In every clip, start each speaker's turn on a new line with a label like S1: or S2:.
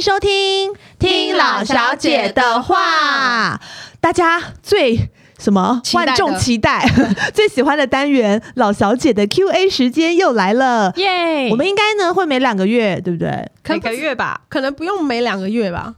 S1: 收听《
S2: 听老小姐的话》，
S1: 大家最什么
S2: 期待的
S1: 万众期待、 最喜欢的单元——老小姐的 Q&A 时间又来了。
S2: 耶
S1: 我们应该呢会每两个月，对不对？
S3: 可
S2: 每
S3: 能
S2: 个月吧，
S3: 可能不用每两个 月吧，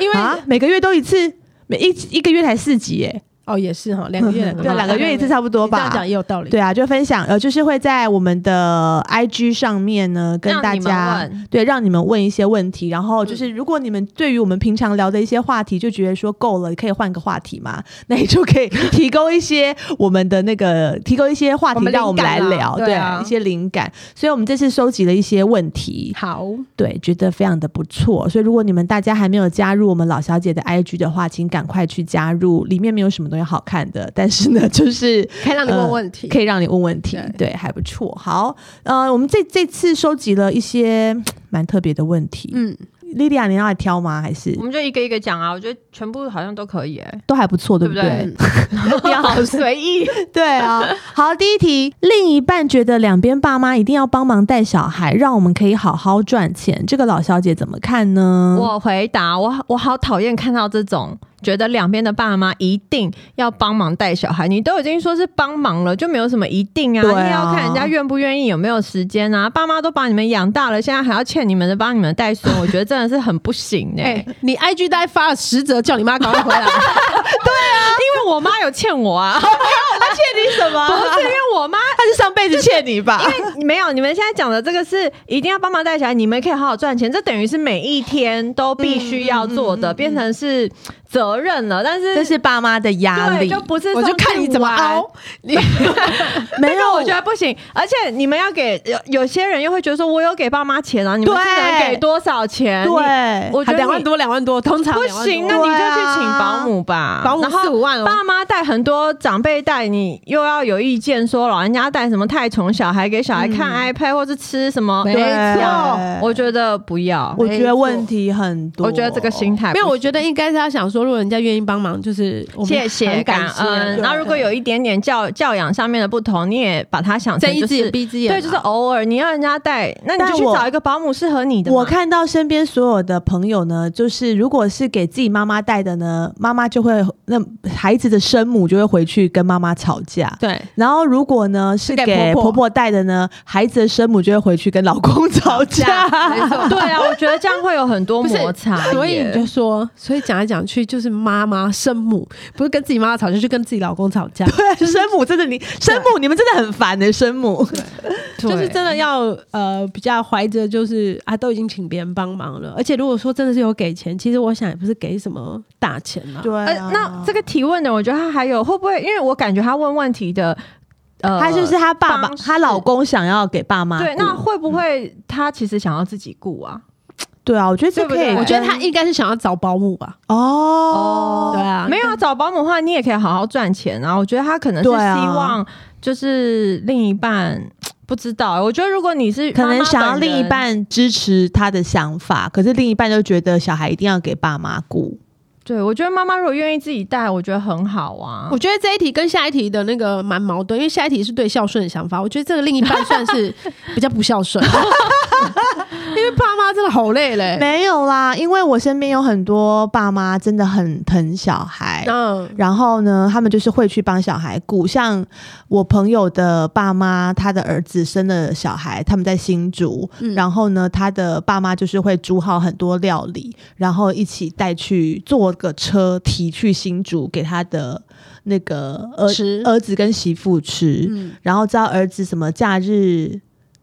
S3: 因为、
S1: 啊，每个月都一次，每一一个月才四集耶，
S3: 哦也是哈，两个 月两个
S1: 对，
S2: 啊
S3: 月
S1: 两个月一 次差不多
S3: 你这样
S1: 吧
S3: 讲。也有道理。
S1: 对啊，就分享呃，就是会在我们的 IG 上面呢跟
S2: 让
S1: 大
S2: 你们
S1: 家
S2: 问
S1: 对，让你们问一些问题，然后
S3: 嗯
S1: 就是如果你们对于我们平常聊的一些话题就觉得说够了，可以换个话题嘛，那你就 可以提供一些我们的那个提供一些话
S3: 我
S1: 题
S3: 们
S1: 让我们
S3: 灵
S1: 来
S3: 感啊
S1: 聊，
S3: 对啊
S1: 一些灵感。所以我们这次收集了一些问题，
S3: 好，
S1: 对，觉得非常的不错。所以如果你们大家还没有加入我们老小姐的 IG 的话，请赶快去加入，里面没有什么东西好看的，但是呢， 就是
S3: 呃可以让你问问题。
S1: 可以让你问问题，对，还不错。好，呃，我们这这次收集了一些嗯蛮特别的问题。
S3: 嗯，
S1: 莉莉亚，你要来挑吗？还是
S2: 我们就一个一个讲啊。我觉得全部好像都可以、欸，
S1: 都还不错，对
S2: 对
S1: 不
S2: 不
S1: 对？
S2: 对？
S1: 你要
S2: 好随意，
S1: 对啊，好，第一题，另一半觉得两边爸妈一定要帮忙带小孩，让我们可以好好赚钱，这个老小姐怎么看呢？
S2: 我回答我，我好讨厌看到这种觉得两边的爸妈一定要帮忙带小孩，你都已经说是帮忙了，就没有什么一定啊，
S1: 对啊
S2: 你也要看人家愿不愿意，有没有时间啊。爸妈都把你们养大了，现在还要欠你们的帮你们带孙，我觉得真的是很不行 哎、
S3: 哎、你 IG 大概发了十则，叫你妈赶快回 来。
S2: 因为我妈有欠我 啊，
S1: 他欠你什么
S2: 不是因为我妈
S1: 他是上辈子欠你吧？
S2: 没有，你们现在讲的这个是一定要帮忙带起来，你们可以好好赚钱，这等于是每一天都必须要做的，变成是责任了。但是
S1: 这是爸妈的压
S2: 对，
S1: 力
S2: 就，不是
S3: 我就看你怎么
S2: 熬。
S3: 凹。你
S1: 没
S2: 这个
S1: 有，
S2: 我觉得不行，而且你们要给有有些人又会觉得说，我有给爸妈钱啊，你们
S1: 对
S2: 是能给多少钱？
S1: 对
S2: 你，我觉得
S3: 两万
S2: 你
S3: 多，两万多，通常
S2: 不
S3: 两万多
S2: 行，那你就去请保姆吧，
S3: 啊保姆
S2: 然后
S3: 4-5万哦
S2: 爸妈带很多长辈带，你又要有意见说老人家带什么太宠小孩，给小孩看 iPad 或是吃什么，
S3: 嗯没
S1: 对
S3: 错。
S2: 我觉得不要，
S1: 我觉得问题很多。
S2: 我觉得这个心态
S3: 哎没有，
S2: 不
S3: 我觉得应该是他想说，如果人家愿意帮忙，就是我们
S2: 谢谢
S3: 很
S2: 感
S3: 感谢。
S2: 恩。
S3: 对
S2: 然后如果有一点点教教养上面的不同，你也把它想成
S3: 睁一
S2: 就
S3: 只眼
S2: 是。
S3: 闭一只眼啊，
S2: 对，就是偶尔你要人家带，那你
S1: 但
S2: 就去
S1: 我
S2: 找一个保姆适合你的嘛。
S1: 我看到身边所有的朋友呢，就是如果是给自己妈妈带的呢，妈妈就会那孩子的生母就会回去跟妈妈吵架。
S3: 对。
S1: 然后如果呢是
S3: 给
S1: 给
S3: 婆婆
S1: 婆婆带的呢，孩子的生母就会回去跟老公 吵架。
S3: 没 错，
S2: 对啊，我觉得这样会有很多
S3: 不是
S2: 摩擦耶。
S3: 所以你就说，所以讲来讲去就是妈妈生母，不是跟自己妈妈吵架，就是跟自己老公吵架，
S1: 对，生母真的你
S2: 啊
S1: 生母你们真的很烦的、生母。
S3: 就是真的要呃比较怀着就是啊都已经请别人帮忙了，而且如果说真的是有给钱，其实我想也不是给什么大钱啊，
S1: 对
S2: 呃，那这个提问的，我觉得他还有会不会？因为我感觉他问问题的，呃，
S1: 他就是她爸爸，
S2: 方式
S1: 她老公想要给爸妈顾。
S2: 对，那会不会他其实想要自己顾啊？
S1: 对啊，我觉得这
S2: 对不
S1: 可
S2: 对
S1: 以跟。
S3: 我觉得他应该是想要找保姆吧，
S1: 哦，
S3: 对啊，
S2: 没有啊，找保姆的话，你也可以好好赚钱啊。我觉得他可能是希
S1: 对啊
S2: 望，就是另一半不知道。我觉得如果你是
S1: 可能
S2: 妈妈本
S1: 想要
S2: 人
S1: 另一，半支持他的想法，可是另一半就觉得小孩一定要给爸妈顾。
S2: 对我觉得妈妈如果愿意自己带，我觉得很好啊
S3: 我。觉得这一题跟下一题的那个蛮矛盾，因为下一题是对孝顺的想法，我觉得这个另一半算是比较不孝顺，因为爸妈真的好累嘞。
S1: 没有啦，因为我身边有很多爸妈真的很疼小孩。
S3: 嗯，
S1: 然后呢，他们就是会去帮小孩顾，像我朋友的爸妈，他的儿子生了小孩，他们在新竹，
S3: 嗯
S1: 然后呢，他的爸妈就是会煮好很多料理，然后一起带去坐个车提去新竹给他的那个儿
S3: 吃
S1: 儿子跟媳妇吃，
S3: 嗯
S1: 然后知道儿子什么假日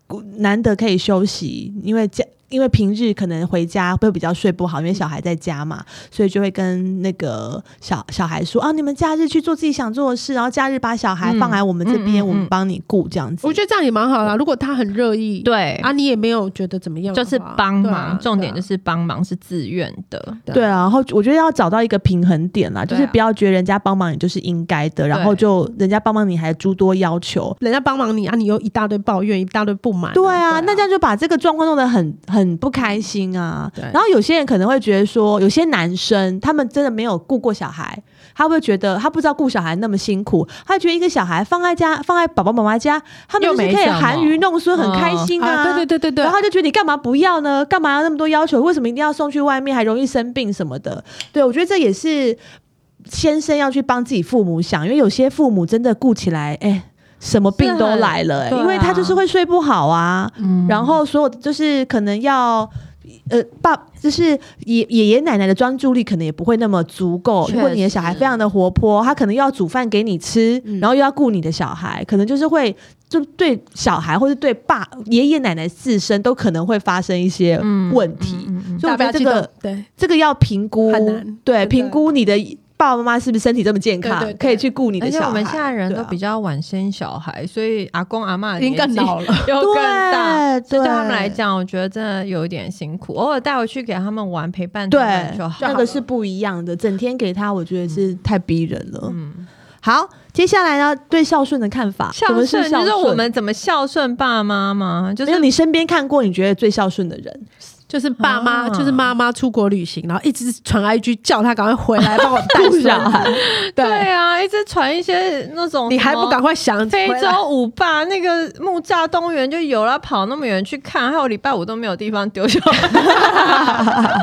S1: 呃难得可以休息，因为假因为平日可能回家会比较睡不好，因为小孩在家嘛，所以就会跟那个小小孩说啊，你们假日去做自己想做的事，然后假日把小孩
S2: 嗯
S1: 放来我们这
S2: 嗯
S1: 边，
S2: 嗯嗯
S1: 我们帮你顾这样子。
S3: 我觉得这样也蛮好啦。如果他很热意，
S2: 对
S3: 啊，你也没有觉得怎么样的
S2: 就
S3: 话，
S2: 是帮
S3: 对啊
S2: 忙，重点就。
S3: 对啊
S2: 是帮忙是自愿的。
S1: 对啊，然后我觉得要找到一个平衡点啦，就是
S2: 对啊
S1: 不要觉得人家帮忙你就是应该的，然后就人家帮忙你还诸多要求，
S3: 人家帮忙你啊，你又一大堆抱怨，一大堆不满啊。
S1: 对啊，那这样就把这个状况弄得很很很不开心啊。
S3: 对
S1: 然后有些人可能会觉得说，有些男生他们真的没有顾过小孩，他会觉得他不知道顾小孩那么辛苦，他觉得一个小孩放在家放在爸爸妈妈家，他们
S2: 又
S1: 就是
S2: 没
S1: 可以
S2: 什么
S1: 含鱼弄孙，很开心啊。
S3: 对对对对对
S1: 然，后他就觉得你干嘛不要呢？干嘛要那么多要求？为什么一定要送去外面，还容易生病什么的？对我觉得这也是先生要去帮自己父母想，因为有些父母真的顾起来，哎、什么病都来了、哎
S2: 是很
S1: 因为他就是会睡不好啊，
S4: 嗯
S1: 然后所有就是可能要。呃，爸就是爷爷爷奶奶的专注力可能也不会那么足够。
S2: 确
S1: 如果你的小孩
S2: 实
S1: 非常的活泼，他可能又要煮饭给你吃，
S3: 嗯
S1: 然后又要顾你的小孩，可能就是会就对小孩或者对爸爷爷奶奶自身都可能会发生一些问题。
S2: 嗯嗯嗯
S1: 所以我觉得这
S3: 大家记
S1: 个
S3: 得对
S1: 这个要评估
S3: 很难，
S1: 对，
S3: 真的
S1: 评估你的爸爸妈妈是不是身体这么健康，
S3: 对对对
S1: 可以去顾你的
S2: 而且
S1: 小孩。
S2: 我们现在人都
S1: 对啊
S2: 比较晚生小孩，所以阿公阿妈
S3: 已经更老了，
S2: 又更大。
S1: 对，
S2: 这
S1: 对
S2: 对他们来，讲，我觉得真的有一点辛苦。偶尔带回去给他们玩，陪伴他们
S1: 对
S2: 就，好。嗯
S1: 那个是不一样的。整天给他，我觉得是太逼人了。
S2: 嗯，
S1: 好，接下来呢，对孝顺的看法，
S2: 孝
S1: 什么
S2: 顺
S1: 是
S2: 就
S1: 孝
S2: 是
S1: 顺
S2: 我。们怎么孝顺爸妈嘛，就
S1: 没有
S2: 是
S1: 你身边看过你觉得最孝顺的人，
S3: 就是爸妈，
S2: 啊
S3: 就是妈妈出国旅行，然后一直传 IG 叫他赶快回来帮我 带
S1: 顾小
S2: 啊
S1: 啊
S3: 小孩，
S1: 孩，
S3: 对
S2: 对，啊，一直传一些那种
S3: 你还
S2: 哦什么
S3: 不赶快想
S2: 非
S3: 回来
S2: 洲舞霸那个木栅动物园就有了，跑那么远去看，还有礼拜五都没有地方丢 小孩。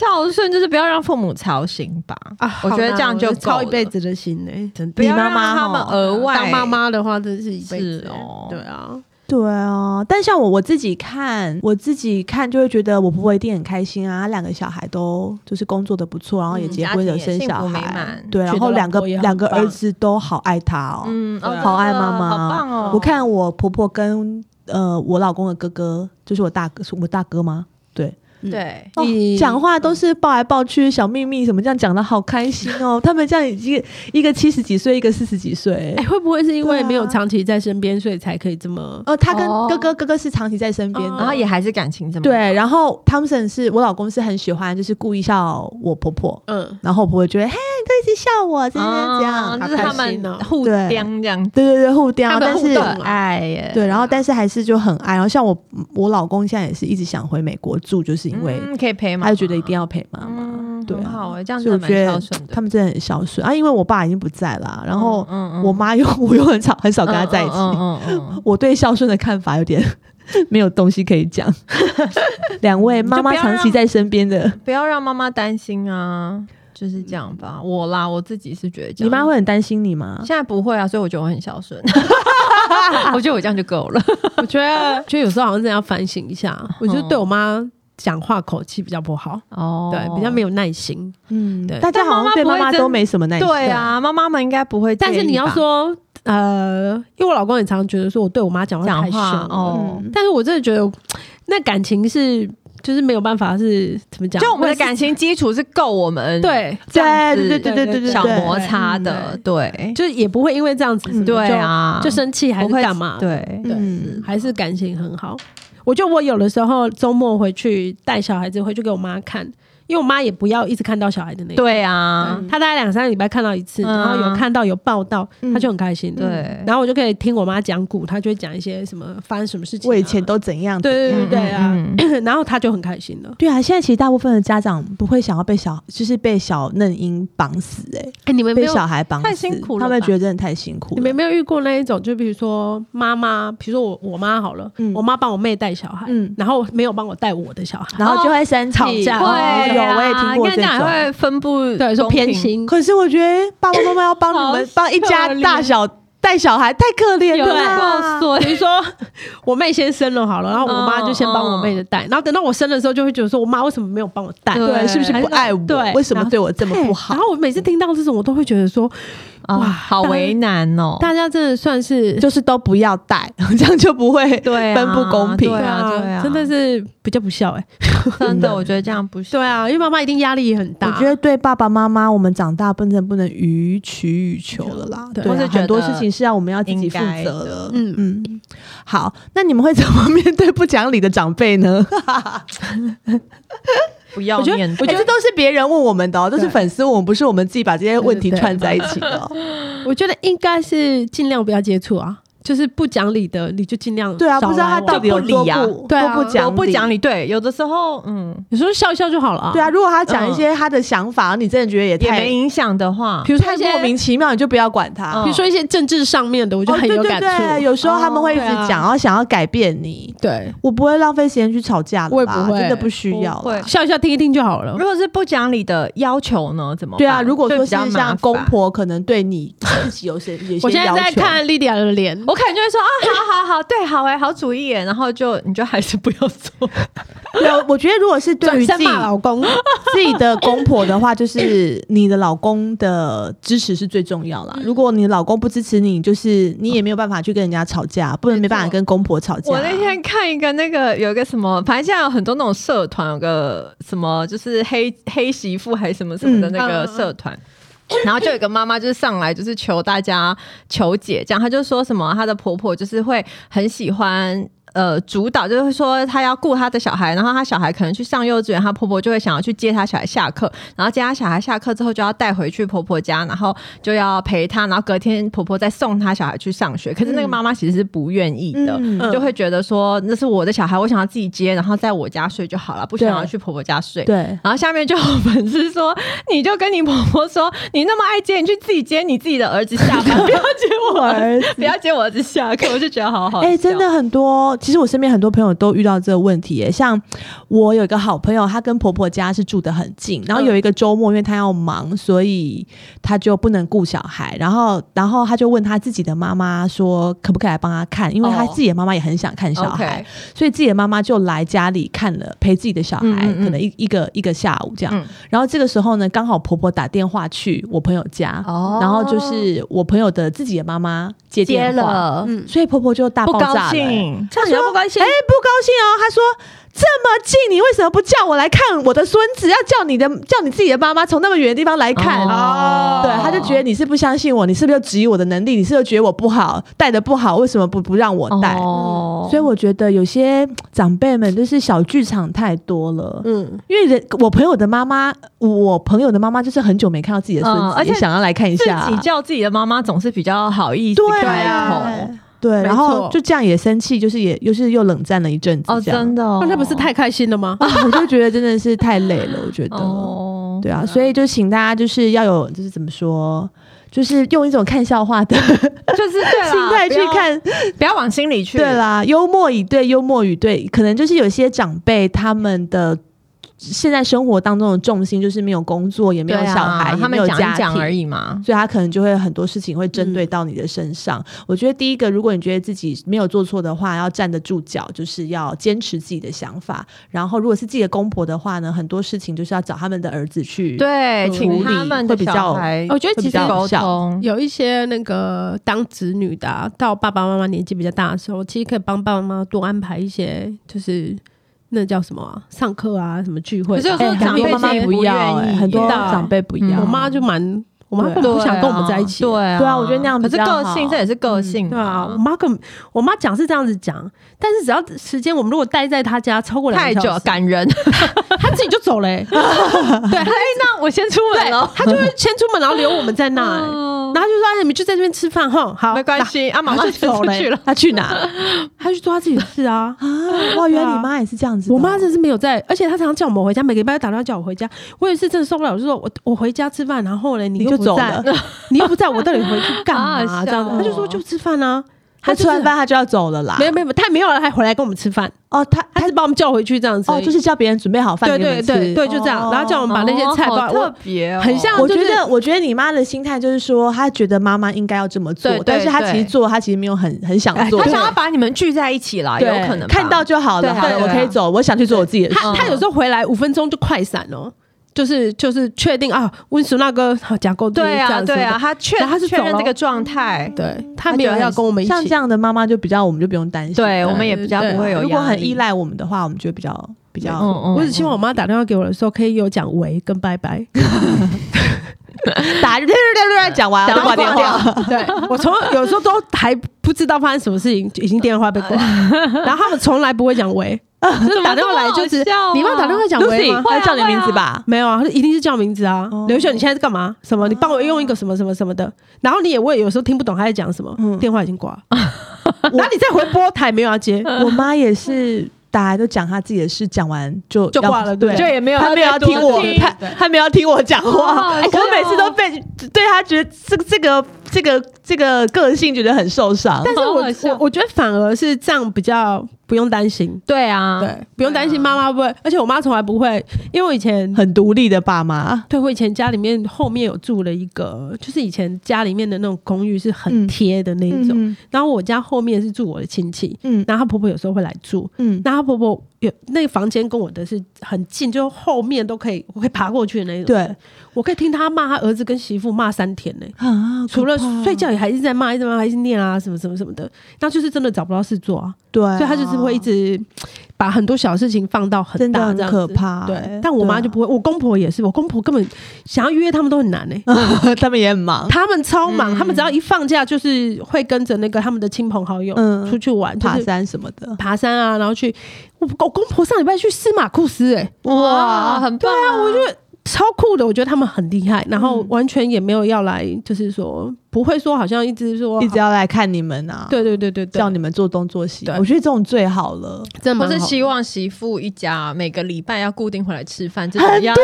S2: 孝顺就是不要让父母操心吧，
S3: 啊？
S2: 我觉得
S3: 好难
S2: 这样
S3: 哦
S2: 就
S3: 我
S2: 够
S3: 操
S2: 了
S3: 一辈子的心呢，真的
S2: 不要
S1: 你妈
S2: 让
S1: 妈
S2: 他们
S1: 哦
S2: 额外
S3: 当妈妈的话，真是一辈子
S2: 是哦
S3: 对啊，
S1: 对啊，但像我我自己看，我自己看就会觉得我婆婆一定很开心啊，她两个小孩都就是工作的不错，然后也
S2: 嗯
S1: 结
S2: 家
S1: 婚
S2: 庭
S1: 有
S2: 也
S1: 生
S2: 幸
S1: 小
S2: 福美
S1: 孩
S2: 满，
S1: 对，然
S3: 觉得
S1: 后
S3: 老
S1: 两个
S3: 婆也很
S1: 两个
S3: 棒
S1: 儿子都好爱她哦，
S2: 嗯，哦
S1: 好爱妈妈
S2: 真的好棒哦！
S1: 我看我婆婆跟呃我老公的哥哥，就是我大哥，是我大哥吗？对，
S2: 对，
S1: 哦
S3: 你
S1: 讲、话都是抱来抱去，小秘密什么这样讲的好开心 哦。他们这样已经一个七十几岁，一个四十几岁
S3: 哎，。会不会是因
S1: 对
S3: 为
S1: 啊
S3: 没有长期在身边，所以才可以这么？
S1: 呃，他跟
S2: 哦啊
S1: 哥哥，哥哥是长期在身边的，
S2: 然后也还是感情怎么
S1: 对，然后汤森是我老公是很喜欢，就是故意笑我婆婆，
S3: 嗯，
S1: 然后我婆婆觉得嘿，你都一直笑我，这样这样，
S2: 啊就是他
S3: 好开心哦
S2: 们互
S1: 对
S2: 相这样
S1: 对对对，互刁，
S3: 他们
S1: 但
S3: 互
S1: 是
S3: 动
S2: 的爱耶，
S1: 对，然后但是还是就很爱。然后像我，我老公现在也是一直想回美国住，就是因为
S2: 嗯可以陪妈妈，
S1: 他就觉得一定要陪妈妈，
S2: 嗯，
S1: 对
S2: 很好
S1: 啊。
S2: 哎，这样
S1: 所以
S2: 子
S1: 我
S2: 蛮
S1: 觉
S2: 孝
S1: 得
S2: 顺的。
S1: 他们真的很孝顺啊，因为我爸已经不在了啊，然后
S2: 嗯嗯
S1: 我妈又 我又很少很少跟他在一起，
S2: 嗯嗯嗯嗯
S1: 我对孝顺的看法有点 没有东西可以讲。 两位妈妈
S2: 你就不要
S1: 长期在身边的
S2: 嗯，不要让妈妈担心啊，就是这样吧。我啦，我自己是觉得这
S1: 你
S2: 样，
S1: 妈会很担心你吗？
S2: 现在不会啊，所以我觉得我很孝顺，我觉得我这样就够了。
S3: 我觉得，觉得有时候好像真的要反省一下。我觉得对我妈讲话口气比较不好，
S2: 哦
S3: 对，比较没
S2: 有。
S3: 有耐心。
S1: 嗯，
S3: 对
S1: 大家
S2: 但
S1: 好
S2: 妈
S1: 像
S2: 妈
S1: 对
S2: 不
S1: 妈
S2: 会
S1: 妈
S2: 真
S1: 都没什么耐心。
S2: 对啊，妈妈们应该不会介意吧，
S3: 但是你要说，呃，因为我老公也常常觉得说我对我妈讲话
S2: 讲
S3: 太凶
S2: 话
S3: 了，
S2: 哦，
S1: 嗯，
S3: 但是我真的觉得那感情是就是没有办法是怎么讲，
S2: 就我们的感情基础是够我们
S3: 对，
S2: 这样子
S1: 对对对对对对，
S2: 小啊
S1: 对
S2: 摩擦的，对
S3: 就是也不会因为这样子、
S1: 嗯
S2: 对，啊，
S3: 就生气还
S2: 不
S3: 是
S2: 会
S3: 干嘛，，
S2: 对，
S1: 嗯
S3: 还是感情很好。我觉得我有的时候周末回去带小孩子回去给我妈看，因为我妈也不要一直看到小孩的那种。嗯
S2: 对啊，
S3: 她大概两三个礼拜看到一次，
S2: 嗯
S3: 然后有看到有报道，
S1: 嗯
S3: 她就很开心。
S2: 对，
S3: 然后我就可以听我妈讲古，她就会讲一些什么发生什么事情啊、
S1: 我以前都怎样？
S3: 对对对对啊，
S2: 嗯嗯
S3: 然后她就很开心了。
S1: 对啊，现在其实大部分的家长不会想要被小，就是被小嫩婴绑死、欸，哎，
S3: 哎、你们没
S1: 被
S3: 有
S1: 小孩绑死，
S3: 太辛苦了
S1: 他们
S3: 吧
S1: 觉得真的太辛苦
S3: 你
S1: 了。
S3: 们有没有遇过那一种，就比如说妈妈，比如说我我妈好了，
S1: 嗯
S3: 我妈帮我妹带小孩，
S1: 嗯
S3: 然后没有帮我带我的小孩，
S1: 然后就会生
S3: 吵
S1: 气
S3: 架
S2: 会
S1: 哦
S2: 啊
S1: 有我也听过
S2: 跟
S1: 这
S2: 你讲
S1: 种。
S2: 会分
S1: 呃
S2: 布
S3: 对，说偏
S2: 心，
S3: 心，
S1: 可是我觉得爸爸妈妈要帮你们
S3: 好
S1: 帮一家
S3: 可怜
S1: 大小带小孩，太可怜
S3: 有
S1: 了
S3: 够
S1: 啦。
S3: 损。比如说 我妹先生了好了，然后我妈就先帮我妹的带，然后等到我生的时候，就会觉得说我妈为什么没有帮我带？
S2: 对
S1: 哦对，是不是不爱我？
S3: 对
S1: 为什么
S3: 然后
S1: 对我这么不好哦
S3: 然？后我每次听到这种，我都会觉得说，
S2: 啊，
S3: 哇
S2: 好为难哦。
S3: 大家真的算是
S1: 就是都不要带， 这样就不会
S2: 对啊
S1: 分不公平
S2: 对啊，对啊，
S3: 真的是比较不孝哎、
S2: 真的，我觉得这样不行。
S3: 对啊，因为妈妈一定压力也很大。
S1: 我觉得对爸爸妈妈，我们长大不能不能予取予求了啦。
S3: 对
S1: 对啊，
S2: 我是觉得
S1: 很多事情是要我们要自己负责的。
S3: 应该的
S1: 嗯嗯，好，那你们会怎么面对不讲理的长辈呢？
S2: 不要
S3: 我觉得
S2: 面
S1: 我
S2: 对，
S1: 觉得这都是别人问我们的、哦，都是
S3: 对
S1: 粉丝问我们，不是我们自己把这些问题
S3: 对对对
S1: 串在一起的、哦。
S3: 我觉得应该是尽量不要接触啊，就是不讲理的，你就尽量
S1: 对啊，
S3: 少
S1: 不知道
S3: 来
S1: 他
S3: 往
S1: 到底有
S2: 就不
S1: 多
S2: 理啊
S1: 不
S3: 对啊
S1: 多不讲
S2: 我不讲
S1: 理。
S2: 理，对，有的时候，嗯，
S3: 有时候笑一笑就好了、啊
S1: 对啊，，如果他讲一些他的想法，你真的觉得也
S2: 也
S1: 太
S2: 没影响的话，
S3: 比如说
S1: 太
S3: 一些，
S1: 莫名其妙，你就不要管他
S2: 嗯。
S3: 比如说一些政治上面的，我就
S1: 哦，
S3: 很
S1: 对
S3: 有
S1: 对
S3: 感触。
S1: 对，有时候他们会一直
S3: 哦对啊
S1: 讲，然后想要改变你。
S3: 对
S1: 我不会浪费时间去吵架的
S3: 我也
S1: 啦，
S3: 不会
S1: 真的不需要
S2: 不
S1: 啦
S2: 会。
S3: 笑一笑，听一听就好了
S2: 如。果是不讲理的要求呢，怎么办？
S1: 对啊，
S3: 哦
S1: 如果
S2: 就
S1: 说
S2: 比较
S1: 是
S2: 麻
S1: 像
S2: 烦
S1: 公，婆，可能对你自己有些 有些
S3: 我现在
S1: 要
S3: 在
S1: 求
S3: 看莉迪亚的脸，
S2: 我可能就会说啊，好好好，对，好哎、好主意耶，然后就你就还是不要做，
S1: 对，我觉得如果是对
S3: 转
S1: 于自
S3: 身
S1: 己
S3: 骂老公。
S1: 自己的公婆的话，就是你的老公的支持是最重要啦。
S2: 嗯
S1: 如果你老公不支持你，就是你也没有办法去跟人家吵架，不能没办法跟公婆吵架。
S2: 我那天看一个那个有一个什么，反正现在有很多那种社团，有个什么就是黑黑媳妇还是什么什么的
S1: 嗯
S2: 那个社团。然后就有一个妈妈，就是上来就是求大家求解，这样她就说什么她的婆婆就是会很喜欢呃主导，就是会说她要顾她的小孩，然后她小孩可能去上幼稚园，她婆婆就会想要去接她小孩下课，然后接她小孩下课之后就要带回去婆婆家，然后就要陪她，然后隔天婆婆再送她小孩去上学。可是那个妈妈其实是不愿意的，
S1: 嗯
S2: 就会觉得说那是我的小孩，我想要自己接，然后在我家睡就好了，不想要
S1: 对
S2: 去婆婆家睡。
S1: 对，
S2: 然后下面就有粉丝说，你就跟你婆婆说，你那么爱接，你去自己接你自己的儿子下班，不要接 我儿子，不要接我儿子下课，我就觉得好好笑。
S1: 哎、真的很多。其实我身边很多朋友都遇到这个问题耶。像我有一个好朋友，她跟婆婆家是住得很近，然后
S2: 嗯
S1: 有一个周末，因为她要忙，所以她就不能顾小孩。然后，然后她就问她自己的妈妈说，可不可以来帮她看？因为她
S2: 哦
S1: 自己的妈妈也很想看小孩
S2: OK，
S1: 所以自己的妈妈就来家里看了，陪自己的小孩，
S2: 嗯嗯嗯
S1: 可能一一个一个下午这样。
S2: 嗯
S1: 然后这个时候呢，刚好婆婆打电话去我朋友家，
S2: 哦
S1: 然后就是我朋友的自己的妈妈接
S2: 接
S1: 电话。
S2: 了，
S3: 嗯，
S1: 所以婆婆就大
S2: 不
S1: 爆
S2: 高
S1: 炸了、欸。
S2: 兴，
S1: 她
S3: 这
S1: 说
S3: 样不高兴
S1: 哎、不高兴哦。她说：“这么近，你为什么不叫我来看我的孙子？要叫你的，叫你自己的妈妈从那么远的地方来看。
S2: 哦
S1: 欸对，她就觉得你是不相信我，你是不是就质疑我的能力？你是不是觉得我不好，带的不好？为什么不不让我带？嗯
S2: 哦
S1: 所以我觉得有些长辈们就是小剧场太多了。
S3: 嗯，
S1: 因为人，我朋友的妈妈，我朋友的妈妈就是很久没看到自己的孙子，
S2: 嗯而且
S1: 也想要来看一
S2: 自
S1: 下、啊
S2: 己叫自己的妈妈总是比较好意思
S1: 对
S2: 开
S1: 啊
S2: 口。
S1: 对，然后
S3: 错
S1: 就这样也生气，就是也又是又冷战了一阵子
S2: 哦，
S1: 这样，
S2: 真的哦，
S3: 那他不是太开心了吗？
S1: 啊我就觉得真的是太累了，我觉得，
S2: 哦，
S1: 对啊，所以就请大家就是要有就是怎么说，就是用一种看笑话的心
S2: 就是对啦
S1: 态去，看，
S2: 不要不要往心里去，
S1: 对啦，幽默以对，幽默以对，可能就是有些长辈他们的。现在生活当中的重心就是没有工作，也没
S2: 对
S1: 有
S2: 啊，
S1: 小孩，也
S2: 他
S1: 没
S2: 们
S1: 有
S2: 讲
S1: 家
S2: 一讲
S1: 庭
S2: 而已嘛。
S1: 所以他可能就会很多事情会针
S3: 嗯
S1: 对到你的身上。我觉得第一个，如果你觉得自己没有做错的话，要站得住脚，就是要坚持自己的想法。然后，如果是自己的公婆的话呢，很多事情就是要找他们的儿子去。
S2: 对，
S1: 处
S2: 请他
S1: 理
S2: 们
S1: 会
S2: 的
S1: 比
S2: 小
S1: 较
S2: 孩，
S3: 我觉得
S1: 会比
S3: 其实
S1: 较有
S2: 沟
S1: 效
S2: 通，
S3: 有一些那个当子女的啊、到爸爸妈妈年纪比较大的时候，其实可以帮爸爸妈妈多安排一些，就是那叫什么啊、上课啊，什么聚会
S2: 可
S3: 的
S2: 是
S3: 啊。
S2: 有时候
S1: 哎
S2: 长
S1: 很多
S2: 辈
S1: 妈妈
S2: 也
S1: 不
S2: 不
S1: 要、
S2: 愿
S1: 哎
S2: 意
S1: 很多
S3: 知道
S1: 长辈不
S2: 嗯
S1: 要。
S3: 啊我妈就蛮，我妈根本不想跟我们在一起。
S2: 啊对啊，
S1: 对啊我觉得那样比
S2: 可是
S1: 较
S2: 个
S1: 好
S2: 性，这也是个性，
S3: 对啊，我妈跟我妈讲是这样子讲，但是只要时间我们如果待在她家超过两
S2: 太
S3: 个
S2: 久
S3: 小时，
S2: 感 人。
S3: 她自己就走了、欸。
S2: 对，哎那我先出门
S3: 对
S2: 了，，
S3: 她就会先出门，然后留我们 在那、欸
S2: 嗯
S3: 然后就说：“哎，你们就在这边吃饭哈，好，
S2: 没关
S3: 那。
S2: 系，啊，妈妈
S3: 然后就
S2: 先
S3: 走
S2: 出
S3: 了、
S2: 去了。
S3: 她去哪？她去做她自己的事啊。
S1: 啊，哇，原来你妈也是这样子的哦、
S3: 我妈真是没有在，而且她常常叫我们回家，每个礼拜都打电话叫我回家。我也是真的受不了，我就说我我回家吃饭，然后呢你
S1: 你
S3: 又
S1: 就
S3: 不
S1: 走
S3: 在
S1: 了，
S3: 你又不在，我到底回去干嘛、
S2: 好好笑
S3: 这样子，
S2: 哦
S3: 她就说就吃饭啊，
S1: 她
S3: 她
S1: 吃
S3: 就是
S1: 完饭她就要走了啦。
S3: 没有没有，她也没有了，还回来跟我们吃饭，
S1: 哦，她
S3: 她
S1: 她
S3: 是把我们叫回去这样子而
S1: 哦，
S3: 已。
S1: 就是叫别人准备好饭
S3: 对
S1: 给你们
S3: 对
S1: 吃。
S3: 对对，就这样，
S1: 哦
S3: 然后叫我们把那些菜都
S2: 哦好特
S3: 我
S2: 别哦，
S3: 很像
S1: 我觉
S3: 就是
S1: 得，我觉得你妈的心态就是说，她觉得妈妈应该要这么做
S2: 对，对
S1: 但是她其实
S2: 对
S1: 做，她其实没有很很想做
S2: 哎他
S3: 她。
S2: 想要把你们聚在一起啦，有
S1: 对
S2: 可能吧
S1: 看到就好了，
S2: 对
S1: 好了，
S2: 对
S1: 我可以
S2: 对
S1: 走，我想去做我自己的事。
S3: 他他有时候回来五分钟就快闪哦，就是就是确定啊，温叔那个好假够
S2: 对
S3: 这
S2: 啊
S3: 样子的
S2: 对啊，，他确
S3: 然后他就
S2: 确认
S3: 走了
S2: 这个状态，
S3: 对他没有要跟我们一起，
S1: 像这样的妈妈就比较，我们就不用担心。
S2: 对我们也比较
S3: 对
S2: 不会有
S1: 如果
S2: 压
S1: 很
S2: 力
S1: 依，赖我们的话，我们就比较比较。
S2: 嗯嗯，
S3: 我只希望我妈打电话给我的时候，可以有讲喂跟 拜拜，
S1: 打讲完
S2: 讲
S1: 就挂电
S2: 完挂掉
S1: 话。
S3: 对我从有时候都还不知道发生什么事情，就已经电话被 挂，然后他们从来不会讲喂，就是打电话来就
S2: 怎
S3: 是
S2: 么这么好笑啊
S3: 你妈打电话讲喂
S1: Lucy，
S3: 吗？
S1: 她叫你名字吧？
S3: 没有啊，他一定是叫名字啊
S1: 哦。
S3: 刘秀，你现在在干嘛？
S2: 哦嗯
S3: 什么？你帮我用一个什么什么什么的，然后你也我也有时候听不懂他在讲什么，电话已经挂了。
S1: 我
S3: 那你再回拨台没有要接，
S2: 嗯
S1: 我妈也是，大家都讲她自己的事，讲完就
S3: 就
S1: 要
S3: 挂了
S1: 对，
S3: 对
S2: 就也没有
S1: 她没有要
S2: 再多
S1: 听我，她她没有要听我讲
S3: 哦
S2: 好
S1: 话。
S2: 好
S1: 哎
S2: 笑
S1: 我每次都被对她觉得这这个这个这个个性觉得很受伤。
S3: 但是
S2: 好
S3: 我
S2: 好笑
S3: 我我觉得反而是这样比较不用担心，
S2: 对啊，
S3: 对，不用担心妈妈
S1: 啊
S3: 不会，而且我妈从来不会，因为我以前
S1: 很独立的爸妈，
S3: 对我以前家里面后面有住了一个，就是以前家里面的那种公寓是很
S1: 嗯
S3: 贴的那一种，
S1: 嗯
S3: 然后我家后面是住我的亲戚，
S1: 嗯
S3: 然后她婆婆有时候会来住，
S1: 嗯，
S3: 那她婆婆有那个房间跟我的是很近，就后面都可以，我可以爬过去的那一种，
S1: 对
S3: 我可以听她骂她儿子跟媳妇骂三天呢、
S1: 啊，
S3: 除了
S1: 好可怕
S3: 睡觉也还是在骂，一直骂，还是念啊，什么什么什么的，那就是真的找不到事做啊，
S1: 对啊，
S3: 所以她就是会一直把很多小事情放到很
S1: 真的
S3: 大，
S1: 很
S3: 这样
S1: 可
S3: 子
S1: 怕。欸啊
S3: 对，但我妈就不会，我公婆也是，我公婆根本想要约他们都很难呢、
S1: 会， 他们也很忙，
S3: 他们超忙，
S2: 嗯
S3: 他们只要一放假就是会跟着那个他们的亲朋好友
S1: 嗯
S3: 出去玩，就
S1: 爬
S3: 是
S1: 山什么的。
S3: 爬山啊，然后去我我公婆上礼拜去司马库斯、哎，
S2: 哇，，很棒啊！我觉得
S3: 超酷的，我觉得他们很厉害，然后
S1: 嗯
S3: 完全也没有要来，就是说不会说好像一直说
S1: 一直要来看你们啊，，
S3: 对对对对对，
S1: 叫你们做东做西，
S3: 对
S1: 我觉得这种最好了。
S3: 真的
S2: 我
S3: 蛮
S2: 是
S3: 好的
S2: 希望媳妇一家每个礼拜要固定回来吃饭，这种压力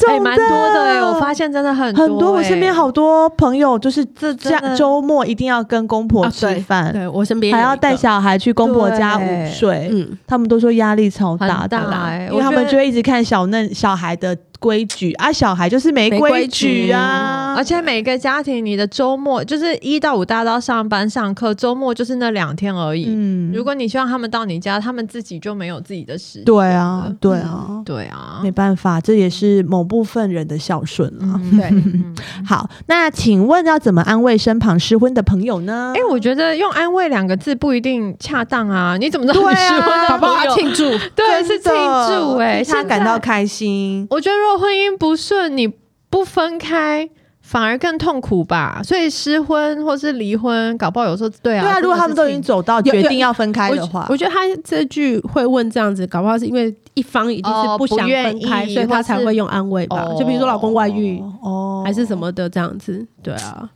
S1: 这种
S2: 哎蛮多的哎，
S1: 的
S2: 我发现真的很
S1: 很多
S2: 多
S1: 我
S2: 哎
S1: 身
S3: 欸
S1: 边好多朋友就是
S2: 这真
S1: 家
S2: 的
S1: 周末一定要跟公婆
S3: 啊
S1: 吃饭，
S3: 对我身边
S1: 还
S3: 有
S1: 要
S3: 一个
S1: 带小孩去公婆家午
S2: 对
S1: 睡，
S3: 嗯。
S1: 他们都说压力超大
S2: 很
S1: 的
S2: 大
S1: 啦，
S2: 哎
S1: 因为
S2: 我
S1: 他
S2: 觉
S1: 们
S2: 得
S1: 就会一直看小嫩小孩的规矩啊，小孩就是没
S3: 没
S1: 规
S3: 规
S1: 矩
S3: 矩
S1: 啊，
S2: 而且每个家庭，你的周末就是一到五大家都要上班上课，周末就是那两天而已。
S1: 嗯
S2: 如果你希望他们到你家，他们自己就没有自己的时间。
S1: 对啊，
S2: 嗯
S1: 对啊。
S2: 对啊，
S1: 没办法，这也是某部分人的孝顺啊。
S2: 嗯
S3: 对
S2: 嗯
S1: 好，那请问要怎么安慰身旁失婚的朋友呢？
S2: 哎、我觉得用“安慰”两个字不一定恰当啊！你怎么知道
S1: 对
S2: 你
S1: 啊
S2: 失婚的
S3: 搞不好
S2: 朋
S3: 要
S2: 友？
S3: 庆祝，
S2: 对，
S1: 真
S2: 是庆
S1: 的
S2: 祝哎、
S1: 替
S2: 现
S1: 他
S2: 在
S1: 感到开心。
S2: 我觉得如果婚姻不顺，你不分开反而更痛苦吧。所以失婚或是离婚，搞不好有时候对啊，
S1: 对啊，
S2: 真的
S1: 如果他们
S2: 是
S1: 都已经
S2: 庆
S1: 走到
S3: 有
S1: 决
S3: 有
S1: 定要分开
S3: 我
S1: 的
S3: 觉
S1: 话
S3: 我，觉得他这句会问这样子，搞不好是因为一方一定
S2: 哦
S3: 是不
S2: 不
S3: 想
S2: 愿
S3: 分开，
S2: 意
S3: 所以
S2: 或
S3: 他才
S2: 是
S3: 会用安慰吧。
S2: 哦
S3: 就比如说老公外遇、
S1: 哦
S3: 还是什？么的这样子，对啊，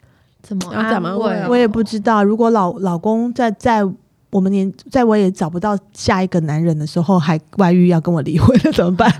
S2: 怎么
S3: 要
S2: 安
S3: 怎么安慰
S2: 慰？
S3: 啊
S1: 我也不知道。如果老老公在在我们年，在我也找不到下一个男人的时候，还外遇要跟我离婚了，怎么 办？